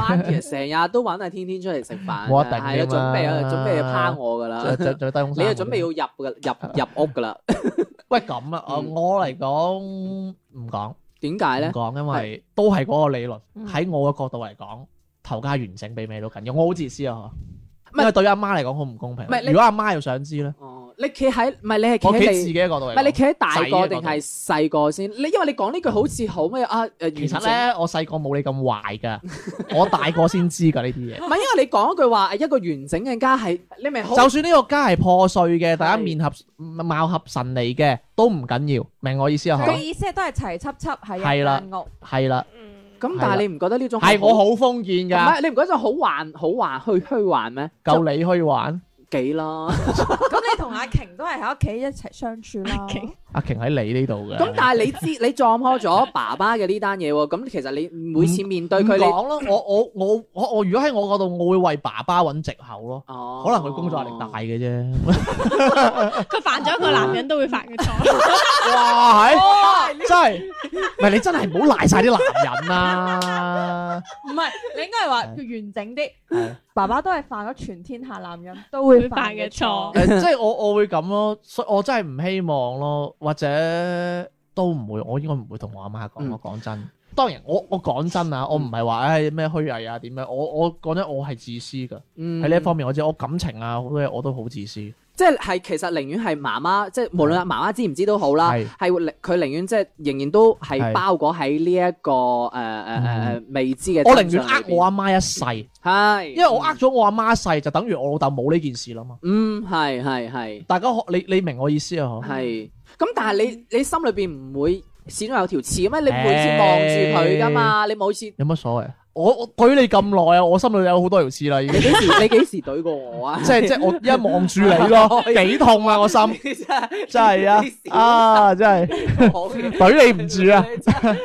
Speaker 2: 阿 a 成日都揾阿天天出嚟食飯，
Speaker 1: 冇一定
Speaker 2: 係
Speaker 1: 㗎嘛
Speaker 2: 啊，準備啊，準備要拋我㗎啦
Speaker 1: 着，着着低胸
Speaker 2: 你
Speaker 1: 衫
Speaker 2: 又準備要入㗎，入入屋㗎啦，
Speaker 1: 喂咁啊，我
Speaker 2: 嗯
Speaker 1: 我嚟講唔講，
Speaker 2: 點解
Speaker 1: 唔
Speaker 2: 咧？
Speaker 1: 講，因為都係嗰個理論，
Speaker 3: 嗯
Speaker 1: 喺我嘅角度嚟講。頭家完整比咩都緊要，我好自私啊！
Speaker 2: 唔係
Speaker 1: 因為對於阿媽嚟講好唔公平。啊
Speaker 2: 唔係你
Speaker 1: 如果阿媽又想知咧，
Speaker 2: 哦，你企喺唔係你係企
Speaker 1: 我企
Speaker 2: 喺
Speaker 1: 自
Speaker 2: 你
Speaker 1: 己。嘅角度嚟
Speaker 2: 唔係你
Speaker 1: 講，
Speaker 2: 企喺大
Speaker 1: 仔嘅角
Speaker 2: 個
Speaker 1: 度
Speaker 2: 定係細個先？你因為你講呢句好似好咩啊？誒，
Speaker 1: 其實
Speaker 2: 完整
Speaker 1: 咧我細個冇你咁壞㗎， 我大個先知㗎呢啲嘢。
Speaker 2: 唔係因為你講一句話，一個完整嘅家係你咪好
Speaker 1: 就算呢個家係破碎嘅，大家
Speaker 2: 係
Speaker 1: 面合嗯貌合神離嘅，都唔緊要，明我意思啊？
Speaker 3: 佢
Speaker 1: 嗬，
Speaker 3: 意思係都係齊輯輯
Speaker 1: 係啦
Speaker 3: 喺一間屋，
Speaker 1: 係啦，
Speaker 2: 咁，啊但係你唔覺得呢種
Speaker 1: 係我好封建
Speaker 2: 唔
Speaker 1: 㗎，
Speaker 2: 係你唔覺得好幻好幻虛虛幻咩？
Speaker 1: 夠你去玩。
Speaker 2: 幾啦，
Speaker 3: 咁你同阿瓊都係喺屋企一齊相處啦，
Speaker 4: 瓊
Speaker 1: 阿瓊喺你呢度嘅。
Speaker 2: 咁但係你知你撞破咗爸爸嘅呢單嘢喎，咁其實你每次面對
Speaker 1: 唔
Speaker 2: 佢，你
Speaker 1: 講咯，我我我我我如果喺我嗰度，我會為爸爸揾藉口咯。
Speaker 2: 哦
Speaker 1: 可能佢工作壓力大嘅 啫。
Speaker 4: 佢犯咗一個男人都會犯嘅錯，
Speaker 1: 哇，係真係，唔係你真係唔好賴晒啲男人啊 啦。
Speaker 3: 唔係，你應該係話要完整啲。
Speaker 1: 係
Speaker 3: 爸爸都係犯咗全天下男人都會犯嘅
Speaker 4: 會犯嘅
Speaker 3: 錯
Speaker 4: 錯。
Speaker 1: 誒即係我我會咁咯，所以我真係唔希望咯，或者都唔會，我應該唔會同我阿媽講。
Speaker 2: 嗯
Speaker 1: 我講真，當然我我講真啊，我唔係話唉咩虛偽啊點樣，我我講真，我係自私㗎。喺
Speaker 2: 喺
Speaker 1: 呢一方面，我知我感情啊好多嘢我都好自私。
Speaker 2: 即係其實寧願係媽媽，即係無論阿媽媽知唔知都好啦，
Speaker 1: 係
Speaker 2: 係會寧佢寧願即係仍然都
Speaker 1: 係
Speaker 2: 係包裹喺呢一個誒誒誒未知嘅真
Speaker 1: 我
Speaker 2: 相裏
Speaker 1: 寧
Speaker 2: 邊。
Speaker 1: 願呃我阿媽一世，
Speaker 2: 係，
Speaker 1: 因為我呃咗我阿媽一世，就等於我老豆冇呢件事啦嘛。
Speaker 2: 嗯係係係
Speaker 1: 大家可你你明我意思啊？嗬
Speaker 2: 係。咁但係你你心裏邊唔會始終有條刺咩？你每次望住佢噶嘛？你每次
Speaker 1: 有乜所謂？我我懟你咁耐啊，我心裏有好多條刺啦，已
Speaker 2: 你
Speaker 1: 經。
Speaker 2: 幾時你幾時懟過我啊？
Speaker 1: 即係即係我一望住你 咯，幾痛啊我心，
Speaker 2: 真係
Speaker 1: 真係啊
Speaker 2: 你小心
Speaker 1: 啊真係
Speaker 2: 我嘅
Speaker 1: 懟你唔住啊！
Speaker 2: 你真係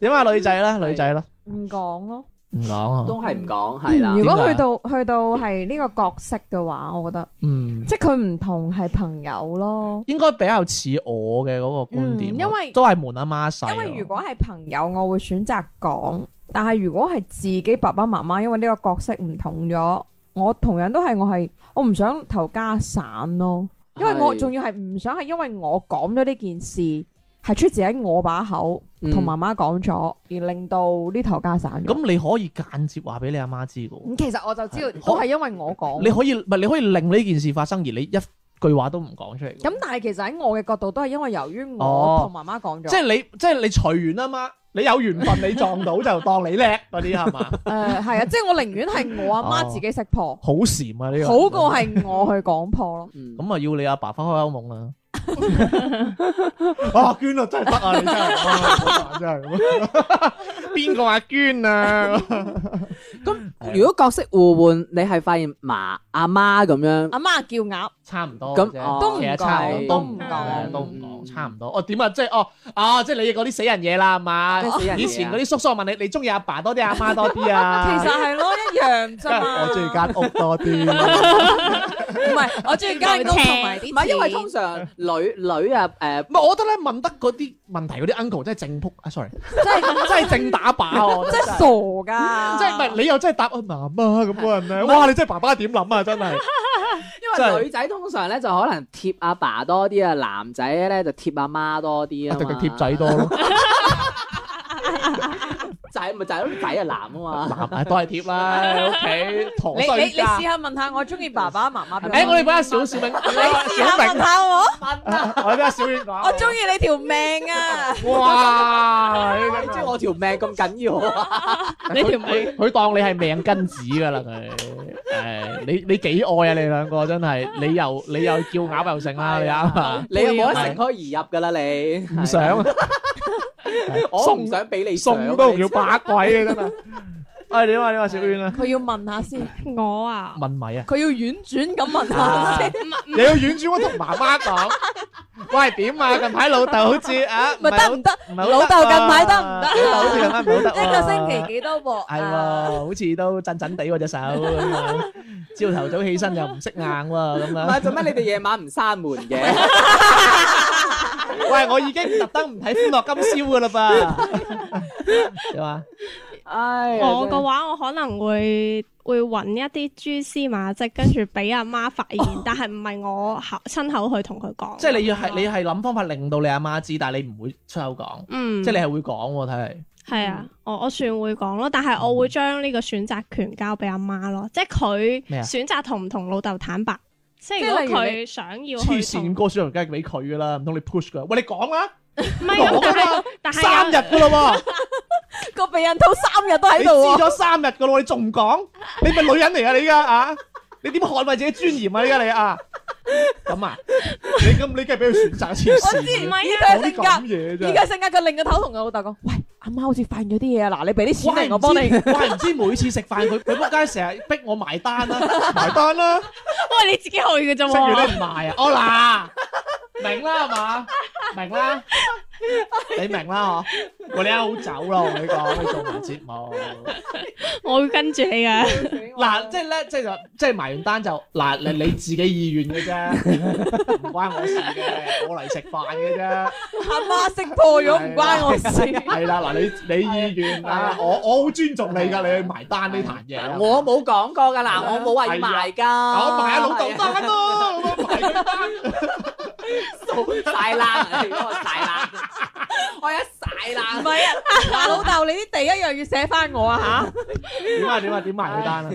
Speaker 1: 點啊女仔 啦，女仔啦，
Speaker 3: 唔講咯。
Speaker 1: 唔講啊，
Speaker 2: 都係唔講係啦
Speaker 3: 如。果
Speaker 1: 點解
Speaker 3: 去到去到係呢個角色嘅話，我覺得
Speaker 1: 嗯，
Speaker 3: 即係佢唔同係朋友咯。
Speaker 1: 應該比較似我嘅嗰個觀點
Speaker 3: 嗯
Speaker 1: 啊，
Speaker 3: 因為
Speaker 1: 都係門阿媽細啊。
Speaker 3: 因為如果係朋友，我會選擇講；但係如果係自己爸爸媽媽，因為呢個角色唔同咗，我同樣都係我係我唔想投家散咯，因為我
Speaker 2: 係
Speaker 3: 仲要係唔想係因為我講咗呢件事係出自喺我把口
Speaker 2: 嗯
Speaker 3: 同媽媽講咗，而令到呢頭家散咗。
Speaker 1: 咁你可以間接話俾你阿媽知嘅喎，
Speaker 3: 咁其實我就知道都係因為我講。
Speaker 1: 你可以唔係你可以令呢件事發生，而你一句話都唔講出嚟嘅喎。
Speaker 3: 咁但係其實喺我嘅角度都係因為由於
Speaker 1: 哦
Speaker 3: 我同媽媽講咗，
Speaker 1: 即係你即係你隨緣啊嘛，你有緣分你撞到就當 你叻嗰啲係嘛？
Speaker 3: 誒 係啊，即係我寧願係我阿媽
Speaker 1: 哦
Speaker 3: 自己識破，
Speaker 1: 好禪啊呢個
Speaker 3: 好過係我去講破咯。
Speaker 2: 嗯
Speaker 1: 咁啊，要你阿爸翻開歐夢 啦。啊，娟啊，真係得啊，你真係哇，真係 邊個阿娟啊？ 係啊
Speaker 2: 如果角色互換，你係發現嫲阿媽咁樣，
Speaker 3: 阿媽叫鴨，
Speaker 1: 差唔多
Speaker 2: 咁
Speaker 1: 啫
Speaker 2: 哦
Speaker 3: 都唔
Speaker 1: 其實差唔
Speaker 3: 講
Speaker 1: 多，
Speaker 3: 都唔
Speaker 1: 講，
Speaker 3: 講
Speaker 1: 都唔講，差唔多。哦，點啊？即係哦，啊，即係你嗰啲死人嘢啦，係嘛
Speaker 2: 咩死人嘢？啊
Speaker 1: 以前嗰啲叔叔問你，你中意阿爸多啲，阿媽多啲啊？
Speaker 3: 其實係咯一樣啫嘛。
Speaker 1: 我中意間屋多啲。
Speaker 3: 唔係，我中意間屋同埋
Speaker 2: 唔
Speaker 3: 啲
Speaker 2: 係因為
Speaker 3: 錢
Speaker 2: 通常 女女啊誒
Speaker 1: 唔係，我覺得咧問得嗰啲問題嗰啲 uncle 真係正撲啊，sorry，
Speaker 3: 真係
Speaker 1: 真係正打靶我覺得
Speaker 3: 真係傻㗎，
Speaker 1: 即係唔係你又真係答啊媽媽咁嗰人咧？哇！你真係爸爸點諗啊？真 係
Speaker 2: 因
Speaker 1: 真係
Speaker 2: 為女仔通常咧就可能貼阿爸多啲啊，男仔咧就貼阿媽多啲啊
Speaker 1: 特
Speaker 2: 嘛。
Speaker 1: 特貼仔多 咯，
Speaker 2: 仔咪就係咯，仔啊男啊嘛。
Speaker 1: 男啊都係貼啦，屋
Speaker 3: 你
Speaker 1: 企
Speaker 3: 你
Speaker 1: 陀
Speaker 3: 你
Speaker 1: 衰家
Speaker 3: 試。下問下我中意爸爸媽媽邊個
Speaker 1: 誒，我哋俾阿小小明，
Speaker 3: 你試下
Speaker 1: 小
Speaker 3: 問
Speaker 1: 明，
Speaker 3: 下我，
Speaker 1: 我哋俾阿小遠講。
Speaker 3: 我中意你條命啊！
Speaker 1: 哇！
Speaker 2: 你知我條命咁緊要啊？
Speaker 1: 你條命，佢當你係命根子㗎啦，佢誒你你幾愛啊？你兩個真係，你又你又叫鴨又成啦，你啱啊？
Speaker 2: 你又冇得乘虛而入噶啦，你
Speaker 1: 唔想啊，
Speaker 2: 我唔想俾你上
Speaker 1: 送都唔要把鬼啊！真 係。誒點啊？點啊？小遠啊？
Speaker 3: 佢要問下先，
Speaker 4: 我啊，
Speaker 1: 問米啊！
Speaker 3: 佢要婉轉咁問下先。
Speaker 1: 又要婉轉我同媽媽講，喂點啊？近排老豆好似啊，
Speaker 3: 咪得唔得？
Speaker 1: 唔係好
Speaker 3: 老豆近排得唔得
Speaker 1: 啊？老豆好似近排唔係好得
Speaker 3: 一
Speaker 1: 喎。
Speaker 3: 個星期幾多鑊
Speaker 1: 係喎，
Speaker 3: 啊？
Speaker 1: 好似都震震地喎隻手咁樣。朝頭早起身又唔識硬喎咁
Speaker 2: 唔
Speaker 1: 樣。
Speaker 2: 係做咩？你哋夜晚唔閂門嘅？
Speaker 1: 喂，我已經特登唔睇《歡樂今宵》噶啦噃。 點啊？
Speaker 2: 唉
Speaker 4: 我嘅話，我可能會會揾一啲蛛絲馬跡，跟住俾阿媽發現，但係唔係我口親口去同佢講。
Speaker 1: 即係你要係你係諗方法令到你阿媽知，但係你唔會出口講，
Speaker 4: 嗯，
Speaker 1: 即係你係會講喎，睇嚟。
Speaker 4: 係啊，
Speaker 1: 嗯
Speaker 4: 我我算會講咯，但係我會將呢個選擇權交俾阿媽咯，即係佢
Speaker 1: 咩啊
Speaker 4: 選擇同唔同老豆坦白。即係
Speaker 3: 即係例
Speaker 4: 如
Speaker 3: 如
Speaker 4: 果佢想要
Speaker 1: 黐
Speaker 4: 去
Speaker 1: 線，
Speaker 4: 同，
Speaker 1: 歌手梗係俾佢噶啦，唔通你 push 佢？喂，你講啊啦，
Speaker 4: 唔係咁，但係但係
Speaker 1: 三
Speaker 4: 有
Speaker 1: 日噶啦喎。
Speaker 3: 個避孕套三日都喺
Speaker 1: 你
Speaker 3: 度喎
Speaker 1: 知。咗三日噶咯，你仲唔講？你咪女人嚟啊！你而家啊，你點捍衞自己尊嚴啊？而家你啊，咁啊，你咁你梗係俾佢選擇黐線嘅，
Speaker 4: 唔係啊，
Speaker 3: 我
Speaker 1: 講
Speaker 3: 知
Speaker 1: 啲咁嘢
Speaker 3: 依
Speaker 1: 真
Speaker 3: 家
Speaker 1: 係。
Speaker 3: 性格佢擰個頭同佢老豆講：，喂，阿媽好似發現咗啲嘢啊！嗱，你俾啲
Speaker 1: 怪
Speaker 3: 錢
Speaker 1: 唔
Speaker 3: 嚟，我幫你。
Speaker 1: 知，怪唔知每次食飯佢佢仆街成日逼我埋啊 單啦，埋單啦，
Speaker 4: 喂，你自己去嘅啫
Speaker 1: 食完
Speaker 4: 喎。
Speaker 1: 你唔埋啊！我嗱，明啦係嘛？明啦，你明啦嗬？我哋好走啦，我同你講，你做埋節目。
Speaker 4: 我會跟住你噶。
Speaker 1: 嗱，即係咧，即係就即係埋完單就嗱，你你自己意願嘅啫，唔關我事嘅，我嚟食飯嘅啫。
Speaker 3: 阿媽識破咗，唔關我事。
Speaker 1: 係啦，嗱，你你意願啊，我我好尊重你㗎，你去埋單呢壇嘢。
Speaker 2: 我冇講過㗎嗱，我冇話要賣㗎。
Speaker 1: 我
Speaker 2: 我
Speaker 1: 埋阿老豆單咯，老豆埋佢單。
Speaker 2: 晒冷，我晒冷，我一晒冷。
Speaker 3: 唔係啊，嗱老豆，你啲地一樣要寫翻我啊吓。
Speaker 1: 點啊點啊點埋佢單啊！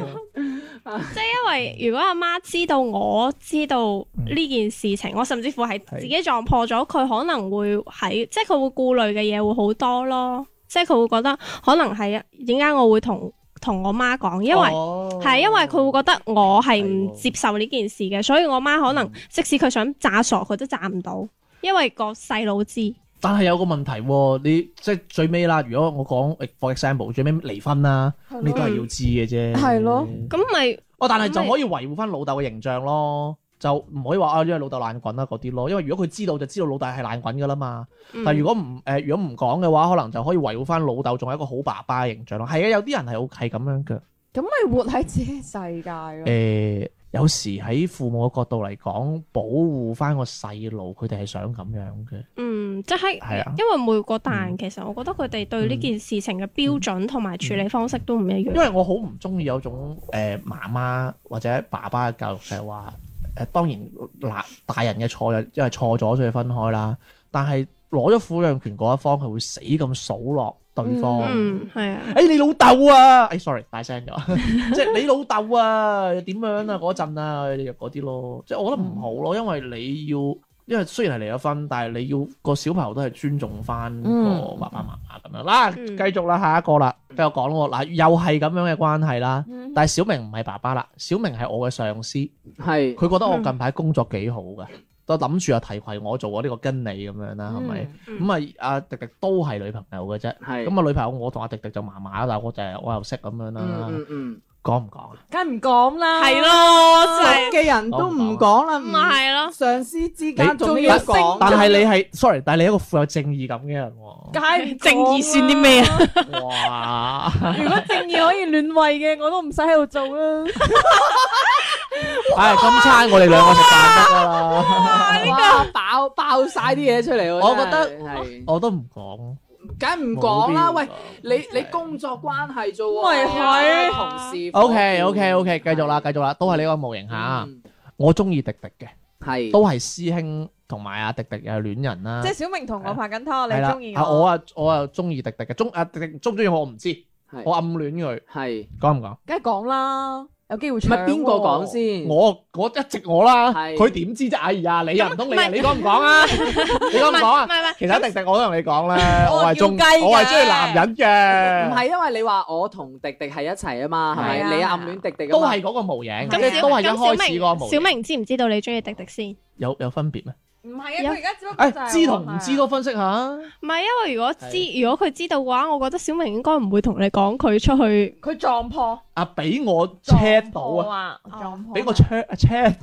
Speaker 4: 即係因為如果阿媽知道我知道呢件事情，我甚至乎係
Speaker 1: 嗯係
Speaker 4: 自己撞破咗，佢可能會喺即係佢會顧慮嘅嘢會好多咯，即係佢會覺得可能係點解我會同同我媽講，因為。
Speaker 1: 為
Speaker 4: 係因為佢會覺得我
Speaker 1: 哦
Speaker 4: 係唔
Speaker 1: 係喎嗯
Speaker 4: 接受呢件事嘅，所以我媽可能即使佢想炸傻，佢都炸唔到，因為個細佬知。
Speaker 1: 但係有個問題喎、你即係最尾啦。如果我講 for example，最尾離婚啦，你都係要知嘅啫。
Speaker 3: 嗯係咯。
Speaker 4: 咁咪
Speaker 1: 哦，但係就可以維護翻老豆嘅形象咯，就唔可以話啊，因為老豆懶滾啦嗰啲咯。因為如果佢知道就知道老豆係懶滾噶啦嘛。
Speaker 4: 嗯
Speaker 1: 但係如果唔誒、呃如果唔講嘅話，可能就可以維護翻老豆仲係一個好爸爸嘅形象咯。係啊，有啲人係好係咁樣嘅。
Speaker 3: 咁咪活喺自己世界咯。
Speaker 1: 誒、有時喺父母嘅角度嚟講，保護翻個細路，佢哋係想咁樣嘅。
Speaker 4: 嗯，即係
Speaker 1: 係啊嗯
Speaker 4: 因為每個大人其實我覺得佢哋對呢件事情嘅標準同埋處理方式都唔一
Speaker 1: 因
Speaker 4: 樣。
Speaker 1: 為我好唔中意有種誒、呃、媽媽或者爸爸嘅教育就係話誒，當然呃嗱大人嘅錯就因為錯咗所以分開啦，但係攞咗撫養權嗰一方，佢會死咁數落對方。
Speaker 4: 嗯，係啊，
Speaker 1: 哎，你老豆啊！哎，sorry，大聲咗， 即係你老豆啊，又點樣啊？嗰陣啊，你就嗰啲咯，即係我覺得唔好咯，因為你要，因為雖然係離咗婚，但係你要個小朋友都係尊重翻個
Speaker 3: 嗯
Speaker 1: 爸爸媽媽咁樣啦。
Speaker 4: 嗯
Speaker 1: 繼續啦，下一個啦，繼續講咯。嗱，又係咁樣嘅關係啦，但係小明唔係爸爸啦，小明係我嘅上司，
Speaker 2: 係
Speaker 1: 佢覺得我近排工作幾好㗎，都諗住又啊提攜我做我呢個經理咁樣啦，係咪？咁啊，阿迪迪都係女朋友嘅啫。
Speaker 2: 係
Speaker 1: 咁啊，女朋友我同阿迪迪就麻麻啦，但係我就係我又識咁樣啦。
Speaker 2: 嗯嗯嗯，
Speaker 1: 講唔講啊？
Speaker 2: 梗係唔講啦。
Speaker 4: 係咯，就係
Speaker 2: 熟嘅人都唔講啦，唔
Speaker 4: 咪係咯。
Speaker 2: 上司之間仲
Speaker 1: 但
Speaker 2: 要講，
Speaker 1: 但係你係 sorry，但係你係一個富有正義感嘅人喎。
Speaker 3: 梗係
Speaker 4: 正義算啲咩
Speaker 3: 啊？
Speaker 1: 哇！
Speaker 3: 如果正義可以亂喂嘅，我都唔使喺度做啦。
Speaker 1: 唉，今餐我哋兩個食飯得㗎啦。
Speaker 2: 呢個爆爆晒啲嘢出嚟喎。
Speaker 1: 我覺得
Speaker 2: 真係係
Speaker 1: 我都唔講，
Speaker 2: 梗唔講
Speaker 1: 冇
Speaker 2: 啦。喂
Speaker 1: 必，要講
Speaker 2: 你你工作關係啫喎，
Speaker 3: 咪係
Speaker 2: 同事。
Speaker 1: O K O K O K，繼續啦，繼續啦，都係呢個模型嚇。
Speaker 2: 嗯，
Speaker 1: 我中意迪迪嘅，
Speaker 2: 係
Speaker 1: 都係師兄同埋阿迪迪又係戀人啦
Speaker 3: 即係。小明同我拍緊拖，
Speaker 1: 係
Speaker 3: 你
Speaker 1: 啦
Speaker 3: 中，意
Speaker 1: 啊我啊我啊中意迪迪嘅，中啊迪迪中唔中意我我唔知，
Speaker 2: 係
Speaker 1: 我暗戀佢，
Speaker 2: 係，
Speaker 1: 講唔講？
Speaker 3: 梗係講啦，有機
Speaker 2: 唔
Speaker 3: 會
Speaker 1: 啊
Speaker 3: 搶
Speaker 2: 係邊個講
Speaker 3: 喎？
Speaker 2: 先？
Speaker 1: 我我一直我啦，
Speaker 2: 係
Speaker 1: 佢點知啫？哎呀，你又唔通你啊
Speaker 4: 唔係
Speaker 1: 你講唔講啊？你講唔講
Speaker 4: 唔
Speaker 1: 啊？
Speaker 4: 係唔係，
Speaker 1: 其實迪迪我都同你講啦，
Speaker 3: 我
Speaker 1: 我
Speaker 3: 係
Speaker 1: 係中
Speaker 3: 叫雞嘅
Speaker 1: 我係中意男人
Speaker 2: 唔
Speaker 1: 嘅，
Speaker 2: 係因為你話我同迪迪係一齊啊嘛，係
Speaker 3: 係啊
Speaker 2: 咪？你暗戀迪迪啊
Speaker 1: 都
Speaker 2: 嘛
Speaker 1: 係嗰個模型，即
Speaker 4: 咁
Speaker 1: 係
Speaker 4: 小
Speaker 1: 都係一
Speaker 4: 咁小
Speaker 1: 開始嗰個
Speaker 4: 明
Speaker 1: 模
Speaker 4: 小
Speaker 1: 型，
Speaker 4: 明知唔知道你中意迪迪先？
Speaker 1: 有有分別咩？
Speaker 3: 唔係啊，佢而家只不過就係
Speaker 1: 誒，知同唔知
Speaker 3: 我
Speaker 1: 都分析下，
Speaker 4: 唔係，因為如果知如果佢知道嘅話，我覺得小明應該唔會同你講佢出去。
Speaker 3: 係佢撞破
Speaker 1: 啊俾我
Speaker 3: 撞
Speaker 1: check 到
Speaker 3: 破
Speaker 1: 啊，
Speaker 3: 啊，撞破
Speaker 1: 俾我 check check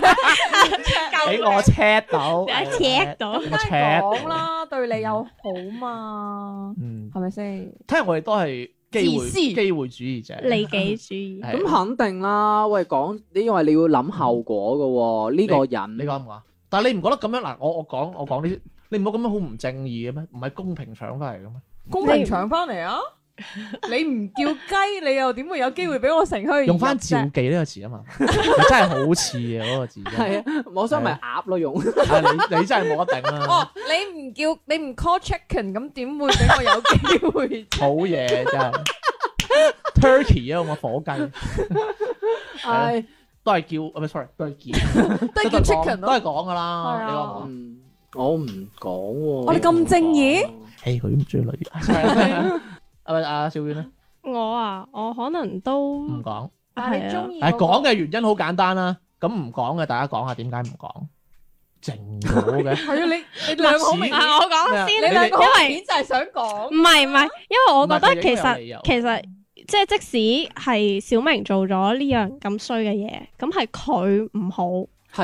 Speaker 1: check，俾我 check 到
Speaker 4: 你 check 到
Speaker 1: 俾
Speaker 3: 梗
Speaker 1: 我
Speaker 3: 係
Speaker 1: check
Speaker 3: 講
Speaker 1: 到，
Speaker 3: 啦，對你有好嘛，
Speaker 1: 嗯，
Speaker 3: 係咪先？
Speaker 1: 睇嚟我哋都係機會
Speaker 3: 自私
Speaker 1: 機會主義者，
Speaker 4: 利己主義，
Speaker 1: 係
Speaker 2: 咁肯定啦，喂，講，因為你要諗後果嘅喎，呢個人
Speaker 1: 你講唔講？但係你唔覺得咁樣嗱？我我講我講呢啲，你唔覺得咁樣好唔正義嘅咩？唔係公平搶翻嚟嘅咩？
Speaker 3: 公平搶翻嚟啊！ 你唔叫雞，你又點會有機會俾我乘虛
Speaker 1: 用翻召
Speaker 3: 照，
Speaker 1: 妓呢個詞啊 嘛，你真係好似嘅嗰個字。
Speaker 2: 係啊，我想咪鴨咯用，
Speaker 1: 啊，你你真係冇得 頂
Speaker 3: 哦
Speaker 1: 啦，，
Speaker 3: 你唔叫你唔 call chicken，咁點會俾我有 機會？
Speaker 1: 好嘢真係。Turkey 啊，我火雞
Speaker 2: 係，
Speaker 1: 都係叫，唔係 sorry，都係叫，
Speaker 3: 都係叫 chicken
Speaker 1: 都
Speaker 3: 咯
Speaker 1: 係。講噶
Speaker 3: 係
Speaker 1: 啦。
Speaker 3: 啊
Speaker 1: 你話我，
Speaker 2: 嗯我唔講喎，我
Speaker 3: 我哋咁正義，
Speaker 1: 誒佢唔中 意女人。啊咪阿小婉咧
Speaker 4: 我啊，我可能都
Speaker 1: 唔講，
Speaker 3: 但係
Speaker 4: 係
Speaker 3: 你
Speaker 4: 啊
Speaker 3: 中意
Speaker 1: 誒
Speaker 3: 嗰個
Speaker 1: 講嘅原因好簡單啦。咁唔講嘅，大家講下點解唔講？靜 咗嘅。
Speaker 3: 係啊，你你兩個好明顯，
Speaker 4: 啊，我講
Speaker 1: 你
Speaker 4: 先，
Speaker 3: 你兩個好明
Speaker 4: 因
Speaker 3: 顯就係想講
Speaker 4: 為唔係唔係，因為我覺
Speaker 1: 唔係佢
Speaker 4: 得
Speaker 1: 應
Speaker 4: 其
Speaker 1: 該有
Speaker 4: 實
Speaker 1: 理由
Speaker 4: 其實即係即使係小明做咗呢樣咁衰嘅嘢，咁係佢唔好，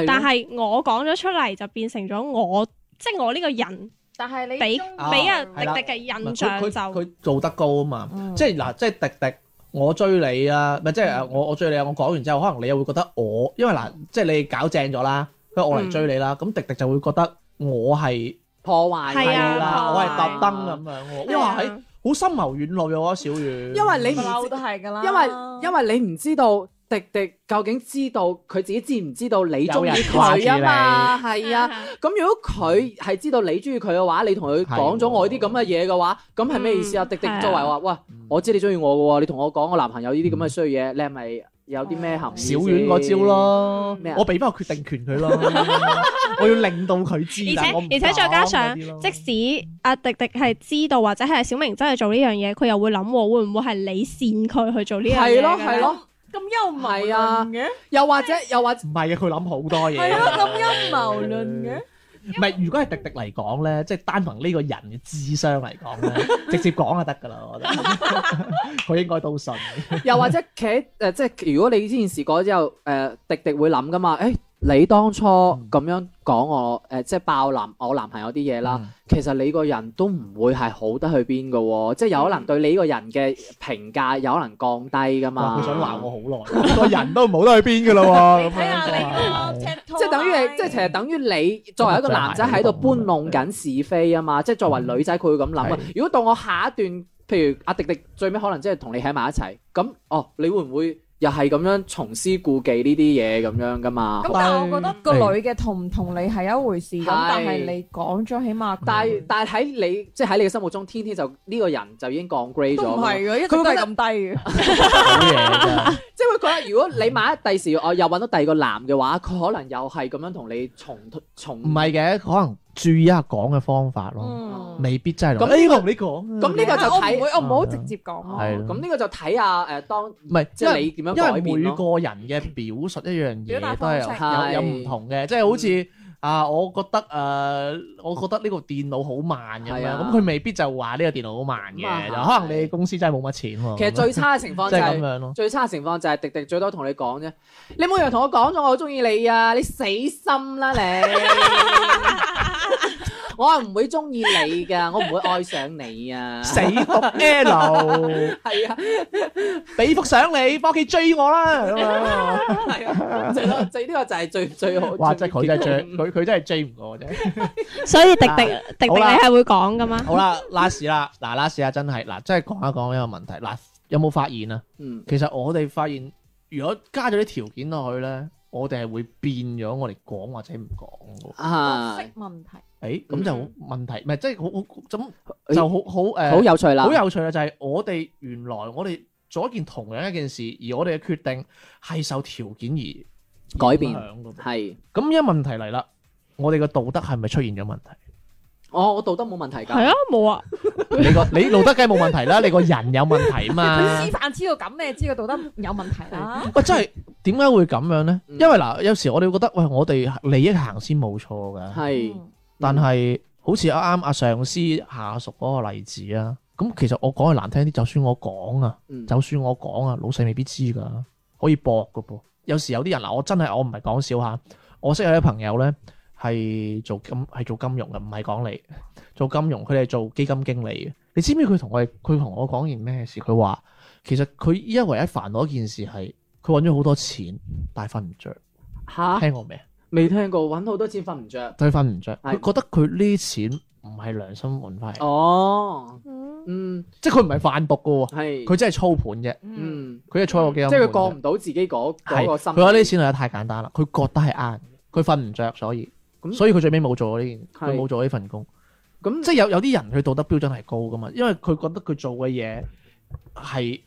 Speaker 2: 係咯
Speaker 4: 但係我講咗出嚟就變成咗我，即係我呢個人
Speaker 3: 但係你
Speaker 4: 俾
Speaker 3: 中
Speaker 4: 俾人
Speaker 1: 係啦
Speaker 4: 迪迪嘅印象
Speaker 1: 佢佢
Speaker 4: 就
Speaker 1: 佢做得高啊嘛，即係嗱，即係迪迪。我追你啊，咪即係我我追你啊！我講完之後，可能你又會覺得我，因為嗱，即係你搞正咗啦，佢我嚟追你啦，咁迪迪就會覺得我係
Speaker 2: 破壞
Speaker 4: 係啊
Speaker 1: 係啦，我係
Speaker 4: 破壞
Speaker 1: 特登咁樣喎。
Speaker 4: 係
Speaker 1: 哇，
Speaker 4: 啊
Speaker 1: 係好深謀遠慮喎，小雨。
Speaker 2: 因為你唔
Speaker 3: 嬲都係㗎啦，
Speaker 2: 因為因為你唔知道迪迪究竟知道佢自己知唔知道你中意佢啊嘛，係啊。咁如果佢係知道你中意佢嘅話，你同佢講咗我呢啲咁嘅嘢嘅話，咁係咩意思啊？
Speaker 4: 嗯
Speaker 2: 迪迪
Speaker 4: 係啊
Speaker 2: 作為話，喂，我知你中意我嘅喎，你同我講我男朋友呢啲咁嘅衰嘢，你係咪有啲咩含義
Speaker 1: 小丸嗰招咯
Speaker 2: 咩啊，
Speaker 1: 我俾翻個決定權佢咯， 我要令到佢知。
Speaker 4: 而且
Speaker 1: 但係我唔
Speaker 4: 而且再加上
Speaker 1: 講嗰啲咯
Speaker 4: 即使阿迪迪係知道或者係小明真係做呢樣嘢，佢又會諗喎會唔會係你煽佢去做呢樣嘢？
Speaker 2: 係咯係。咯，
Speaker 3: 咁幽默
Speaker 2: 係啊
Speaker 3: 嘅，
Speaker 2: 又或者又或者
Speaker 1: 唔係嘅，佢諗好多嘢。
Speaker 3: 係咯咁陰謀論嘅。
Speaker 1: 唔係，如果係迪迪嚟講咧，即係單憑呢個人嘅智商嚟講 咧，直接講就得㗎啦。我覺得 佢應該都信。
Speaker 2: 又或者企誒、呃即係如果你呢件事改咗之後，誒、呃迪迪會諗噶嘛？誒、你當初咁樣講我誒、呃即係爆男我男朋友啲嘢啦，
Speaker 1: 嗯
Speaker 2: 其實你個人都唔會係好得去邊噶喎，即係有可能對你呢個人嘅評價有可能降低噶
Speaker 1: 哇
Speaker 2: 嘛。
Speaker 1: 哦佢想鬧我好耐，個人都唔好得去邊㗎啦喎。咁
Speaker 3: 睇下你
Speaker 1: 樣
Speaker 3: 嗰個尺度
Speaker 2: 即係等於
Speaker 3: 係
Speaker 2: 你，即係其實等於你作為一個男仔喺度搬弄緊是非啊嘛！即係作為女仔，佢會咁諗啊
Speaker 1: 嗯係。
Speaker 2: 如果到我下一段，譬如阿迪迪最尾可能真係同你喺埋一齊，咁哦，你會唔會又係咁樣重施故技呢啲嘢咁樣噶嘛？
Speaker 3: 咁但係我覺得個女嘅同唔同你係一回事，咁但係你講咗，起碼
Speaker 2: 但係但係喺你即係喺你嘅心目中，天天就呢個人就已經 downgrade
Speaker 3: 都
Speaker 2: 咗
Speaker 3: 唔
Speaker 2: 㗎嘛
Speaker 3: 係。嘅，一直
Speaker 2: 佢會
Speaker 3: 都
Speaker 2: 覺
Speaker 3: 係
Speaker 2: 得
Speaker 3: 咁低嘅。
Speaker 1: 好嘢真 係
Speaker 2: 即係會覺得，如果你萬一第時哦我又揾到第二個男嘅話，佢可能又係咁樣同你重重
Speaker 1: 唔係嘅，可能注意一下講嘅方法咯，
Speaker 3: 嗯，
Speaker 1: 未必真係
Speaker 2: 咁呢
Speaker 1: 咁。呢個唔你講啊。
Speaker 2: 咁呢個就
Speaker 3: 我唔
Speaker 2: 睇
Speaker 3: 會，我唔好直接講咯。
Speaker 1: 係咯
Speaker 2: 哦咁呢個就睇下誒當
Speaker 1: 唔係
Speaker 2: 即係你點樣
Speaker 1: 因
Speaker 2: 改
Speaker 1: 為
Speaker 2: 變
Speaker 1: 每
Speaker 2: 咯。
Speaker 1: 個人嘅表述一樣
Speaker 3: 表
Speaker 1: 嘢
Speaker 3: 達
Speaker 1: 都
Speaker 3: 方
Speaker 1: 係
Speaker 3: 式
Speaker 2: 係
Speaker 1: 有有有唔同嘅，即係好似啊，我覺得誒，我覺得呢個電腦好慢咁
Speaker 2: 係
Speaker 1: 樣，
Speaker 2: 啊
Speaker 1: 咁佢未必就話呢個電腦好慢
Speaker 2: 咁啊
Speaker 1: 嘅，
Speaker 2: 係
Speaker 1: 就可能你公司真係冇乜錢喎。
Speaker 2: 其實最差嘅情況
Speaker 1: 啊即
Speaker 2: 就
Speaker 1: 係咁
Speaker 2: 係、
Speaker 1: 樣咯。
Speaker 2: 最差嘅情況就係迪迪最多同你講啫，你每樣同我講咗，我好中意你啊！你死心啦 你，我係唔會中意你噶，我唔會愛上你啊！
Speaker 1: 死讀 L，
Speaker 2: 係啊，
Speaker 1: 俾幅相你，翻屋企追我啦咁樣。
Speaker 2: 係啊，最多最呢個就係最最好。
Speaker 1: 哇！真係佢真係
Speaker 2: 最
Speaker 1: 追，佢佢真係追唔過我啫。
Speaker 4: 所以迪迪
Speaker 1: 啊
Speaker 4: 迪迪你
Speaker 1: 好啦
Speaker 4: 係會講噶嘛？
Speaker 1: 好啦，last 啦，嗱 last 啊，真係嗱，真係講一講呢個問題。嗱，有冇發現啊？
Speaker 2: 嗯，
Speaker 1: 其實我哋發現，如果加咗啲條件落去咧，我哋係會變咗我哋講或者唔講嘅。
Speaker 3: 嗯
Speaker 2: 啊，
Speaker 3: 問題
Speaker 1: 誒，咁就好問題，唔係即係好好咁
Speaker 2: 嗯誒
Speaker 1: 就好好誒，
Speaker 2: 好有趣啦，
Speaker 1: 好有趣啦！就係我哋原來我哋做一件同樣一件事，而我哋嘅決定係受條件而
Speaker 2: 改變
Speaker 1: 影響嘅噃
Speaker 2: 係，
Speaker 1: 咁一問題嚟啦，我哋嘅道德係咪出現咗問題？
Speaker 2: 哦我我道德冇問題㗎，
Speaker 4: 係啊，冇啊，
Speaker 1: 你個你道德梗係冇問題啦，你個人有問題嘛
Speaker 3: 佢？師範知道咁，你就知道道德有問題 啦。
Speaker 1: 喂，真係 點解會咁樣呢？
Speaker 2: 嗯
Speaker 1: 因為嗱，有時我哋會覺得，喂，我哋利益行先冇錯㗎，
Speaker 2: 係
Speaker 3: 嗯
Speaker 1: 但係好似啱啱阿上司下屬嗰個例子啊，咁其實我講句難聽啲，就算我講啊，
Speaker 2: 嗯
Speaker 1: 就算我講啊，老細未必知㗎，可以搏㗎噃。有時有啲人嗱，我真係我唔係講笑嚇，我識有啲朋友呢，係做金係做金融嘅，唔係講你做金融，佢哋係做基金經理嘅。你知唔知佢同我哋佢同我講件咩事？佢話其實佢依家唯一煩惱一件事係佢揾咗好多錢，但係瞓唔着。
Speaker 2: 吓
Speaker 1: 聽過未啊？
Speaker 2: 未聽過，揾好多錢瞓唔着。
Speaker 1: 佢瞓唔着，
Speaker 2: 係
Speaker 1: 佢覺得佢呢啲錢唔係良心揾翻嚟，
Speaker 2: 哦，
Speaker 4: 嗯
Speaker 2: 嗯，
Speaker 1: 即係佢唔係販毒嘅喎，
Speaker 2: 係，
Speaker 1: 佢真係操盤啫，
Speaker 3: 嗯，
Speaker 2: 嗯。
Speaker 1: 佢係操過基金盤啫。
Speaker 2: 即係佢過唔到自己嗰嗰
Speaker 1: 係
Speaker 2: 個心。
Speaker 1: 佢話呢啲錢嚟得太簡單啦，佢覺得係啱，佢瞓唔着，所以
Speaker 2: 咁
Speaker 1: 所以佢最尾冇做呢件，
Speaker 2: 係
Speaker 1: 佢冇做呢份工。
Speaker 2: 咁
Speaker 1: 即係有有啲人佢道德標準係高噶嘛，因為佢覺得佢做嘅嘢係
Speaker 2: 係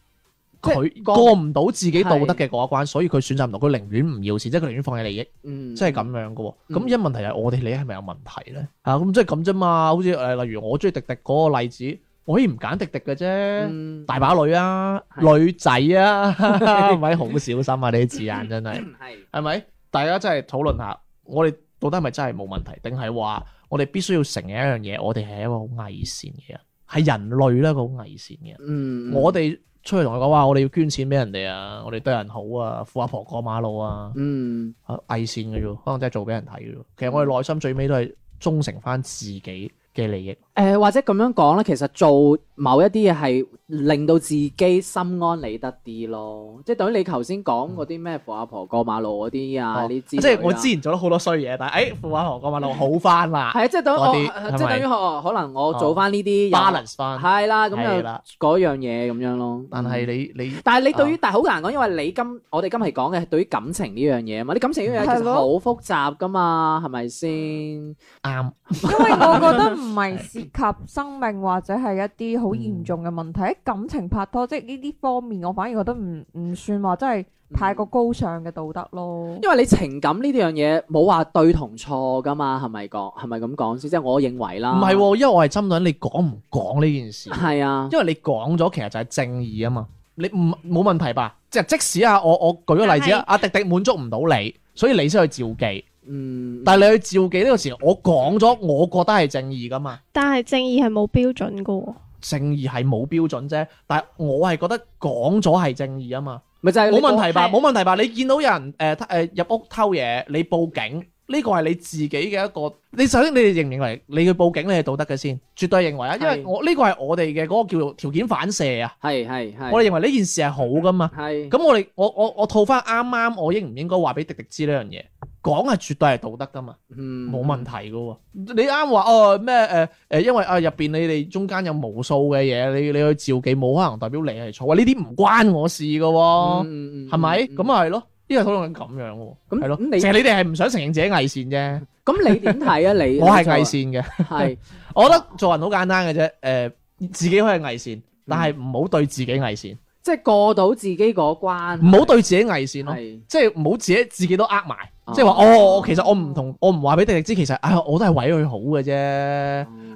Speaker 1: 佢
Speaker 2: 過
Speaker 1: 過唔到自己道德嘅嗰一關，所以佢選擇唔到，佢寧願唔要錢，即係佢寧願放棄利益，
Speaker 2: 嗯，
Speaker 1: 即係咁樣噶喎。
Speaker 2: 嗯
Speaker 1: 咁一問題係我哋利益係咪有問題咧？啊，咁即係咁啫嘛。好似誒，例如我中意迪迪嗰個例子，我可以唔揀迪迪嘅啫。
Speaker 2: 嗯，
Speaker 1: 大把女啊，
Speaker 2: 係
Speaker 1: 女仔 啊，咪好小心啊！呢啲字眼真係。
Speaker 2: 係
Speaker 1: 係咪？大家真係討論下，我哋到底係咪真係冇問題，定係話我哋必須要承認一樣嘢，我哋係一個好偽善嘅人，係人類啦，個好偽善嘅人。
Speaker 2: 嗯，
Speaker 1: 我哋出去同佢講話，我哋要捐錢俾人哋啊，我哋對人好啊，扶阿婆過馬路啊，
Speaker 2: 嗯，
Speaker 1: 啊偽善嘅啫，可能真係做俾人睇嘅啫。其實我哋內心最尾都係忠誠翻自己嘅利益。
Speaker 2: 诶、或者咁樣講咧，其實做某一啲嘢係令到自己心安理得啲咯，即係等於你頭先講嗰啲咩扶阿婆過馬路嗰啲啊，
Speaker 1: 嗯哦
Speaker 2: 呢啲
Speaker 1: 即係我之前做咗好多衰嘢，但係誒扶阿婆過馬路好翻啦
Speaker 2: 系啊，即係等於
Speaker 1: 嗰
Speaker 2: 我，
Speaker 1: 啲
Speaker 2: 呃
Speaker 1: 係咪
Speaker 2: 即係等於我可能我做翻呢啲又
Speaker 1: ，balance 翻。
Speaker 2: 係啦，咁
Speaker 1: 係
Speaker 2: 就
Speaker 1: 啦
Speaker 2: 嗰樣嘢咁樣咯。
Speaker 1: 但係你你
Speaker 2: 但係你對於
Speaker 1: 啊
Speaker 2: 但係好難講，因為你今我哋今期講嘅係對於感情呢樣嘢啊嘛，你感情呢樣嘢其
Speaker 3: 係
Speaker 2: 實
Speaker 3: 咯
Speaker 2: 好複雜噶嘛，係咪先？
Speaker 1: 啱，
Speaker 3: 因為我覺得唔係涉及生命或者係一啲好嚴重嘅問題，喺感情拍拖即係呢啲方面，我反而覺得唔唔算話真係太過高尚嘅
Speaker 6: 啊
Speaker 3: 道德咯。
Speaker 2: 因為你情感呢樣嘢冇話對同錯噶嘛，係咪講？係咪咁講先？即係我認為啦。
Speaker 1: 唔係喎，因為我係針對你講唔講呢件事。
Speaker 2: 啊係啊，
Speaker 1: 因為你講咗，其實就係正義啊嘛。你唔冇問題吧？即係即使啊，我我舉個例子啊，阿迪迪滿足唔到你，所以你先去召妓。
Speaker 2: 嗯，
Speaker 1: 但係你去召妓呢個時候，我講咗，我覺得係正義噶嘛。
Speaker 4: 但係正義係冇標準噶喎。
Speaker 1: 正義係冇標準啫，但係我係覺得講咗係正義啊嘛，
Speaker 2: 咪就係你
Speaker 1: 冇問題吧？
Speaker 4: 係
Speaker 1: 冇問題吧？你見到有人誒誒、入屋偷嘢，你報警，呢個係你自己嘅一個。你首先你哋認唔認為你去報警你係道德嘅先？絕對認為啊，因為
Speaker 2: 係
Speaker 1: 我呢個係我哋嘅嗰個叫做條件反射啊。
Speaker 2: 係係係，
Speaker 1: 我哋認為呢件事係好噶嘛。
Speaker 2: 係
Speaker 1: 咁我哋我我我套翻啱啱我應唔應該話俾迪迪知呢樣嘢？講係絕對係道德噶嘛，
Speaker 2: 嗯
Speaker 1: 冇問題噶喎。你啱話哦咩誒誒，因為啊入邊你哋中間有無數嘅嘢，你你去召妓冇可能代表你係錯啊！呢啲唔關我事噶喎，
Speaker 2: 嗯，嗯
Speaker 1: 係咪？
Speaker 2: 嗯
Speaker 1: 咁啊係咯，呢個討論緊咁樣喎，
Speaker 2: 咁
Speaker 1: 係咯。
Speaker 2: 咁你
Speaker 1: 其實你哋係唔想承認自己偽善
Speaker 2: 咁你點睇啊？你
Speaker 1: 啫，我係偽善嘅。
Speaker 2: 善，係
Speaker 1: 我覺得做人好簡單嘅啫，誒自己可以偽
Speaker 2: 嗯
Speaker 1: 善，但係唔好對自己偽善，
Speaker 2: 即係過到自己嗰關，
Speaker 1: 唔好對自己偽善咯。
Speaker 2: 係
Speaker 1: 即係唔好自己自己都呃埋
Speaker 2: 哦，
Speaker 1: 即係話哦，我其實我唔同我唔話俾迪迪知，其實唉我都係為佢好嘅啫，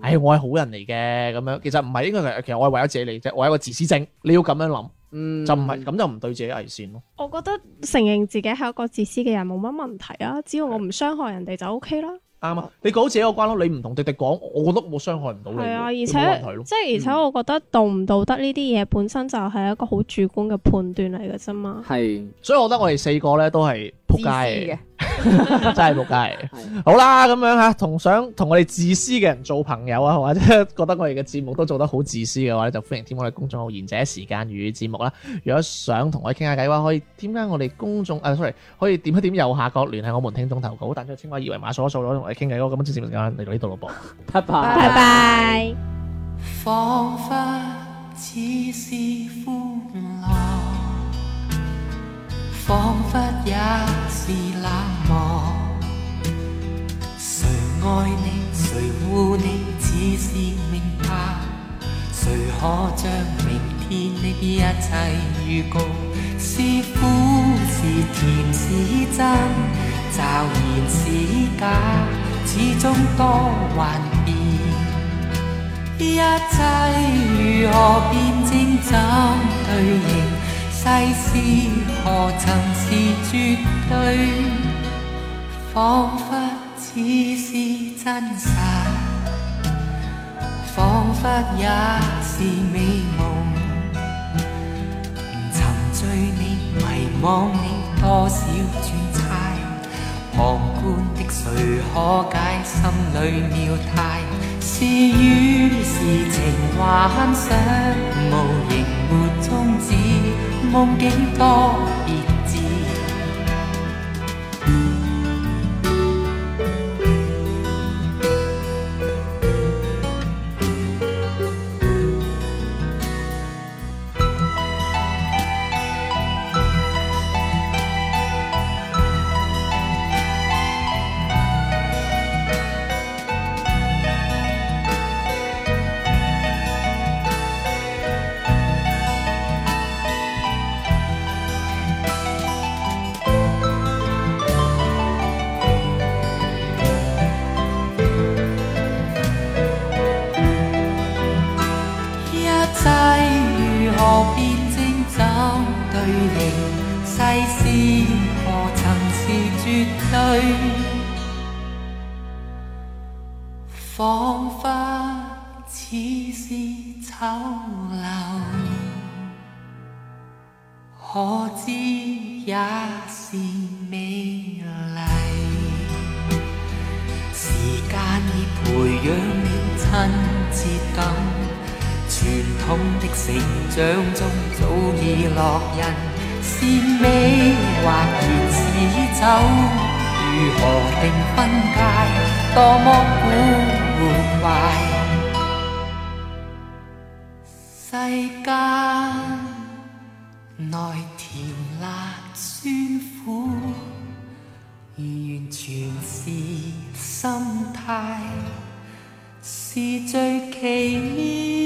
Speaker 1: 唉我係好人嚟嘅咁樣，其實唔係應該係其實我係為咗自己嚟啫，我係一個自私精，你要咁樣諗，
Speaker 2: 嗯
Speaker 1: 就唔係咁就唔對自己偽善咯。
Speaker 4: 我覺得承認自己係一個自私嘅人冇乜問題啊，只要我唔傷害人哋就 O K 啦。
Speaker 1: 啱啊，你過好自己個關咯，你唔同迪迪講，我覺得我傷害唔到你喎，
Speaker 4: 係啊，而且
Speaker 1: 冇問題咯。
Speaker 4: 即係而且我覺得道唔道德呢啲嘢本身就係一個好主觀嘅判斷嚟嘅啫嘛。
Speaker 2: 係
Speaker 1: 所以我覺得我哋四個咧都係撲街嘅真
Speaker 3: 嘅，，
Speaker 1: 係撲 街
Speaker 2: 係
Speaker 1: 嘅。好啦，咁樣吓，同想同我哋自私嘅人做朋友啊，或者覺得我哋嘅節目都做得好自私嘅話咧，就歡迎添加我哋公眾號賢者時間與節目啦。如果想同我哋傾下偈嘅話，可以添加我哋公眾啊，sorry，可以點一點右下角聯繫我們聽眾投稿，彈出青蛙二維碼掃一掃咗，同我哋傾偈咯。咁今次節目時間嚟到呢度咯噃。
Speaker 2: 拜拜。
Speaker 4: 拜拜。
Speaker 6: 彷彿似是歡樂，彷彿也是冷漠。誰愛你，誰護你，只是明白。誰可將明天的一切預告？是苦是甜是真，驟然是假，始終多幻變。一切如何辨證怎對應？世事何曾是絕對？彷彿似是真實，彷彿也是美夢。沉醉你，迷惘你，多少轉差。旁觀的誰可解心裏妙態？是與是情幻想，無形沒終止，夢境多別致。一切如何辨證怎對應？世事何曾是絕對？彷彿似是醜陋，
Speaker 7: 可知也是美麗。時間已培養了親切感，傳統的成長中早已落印。是美或然是醜，如何定分界？多麼古怪，世間。內甜辣酸苦，完全是心態，是最奇妙。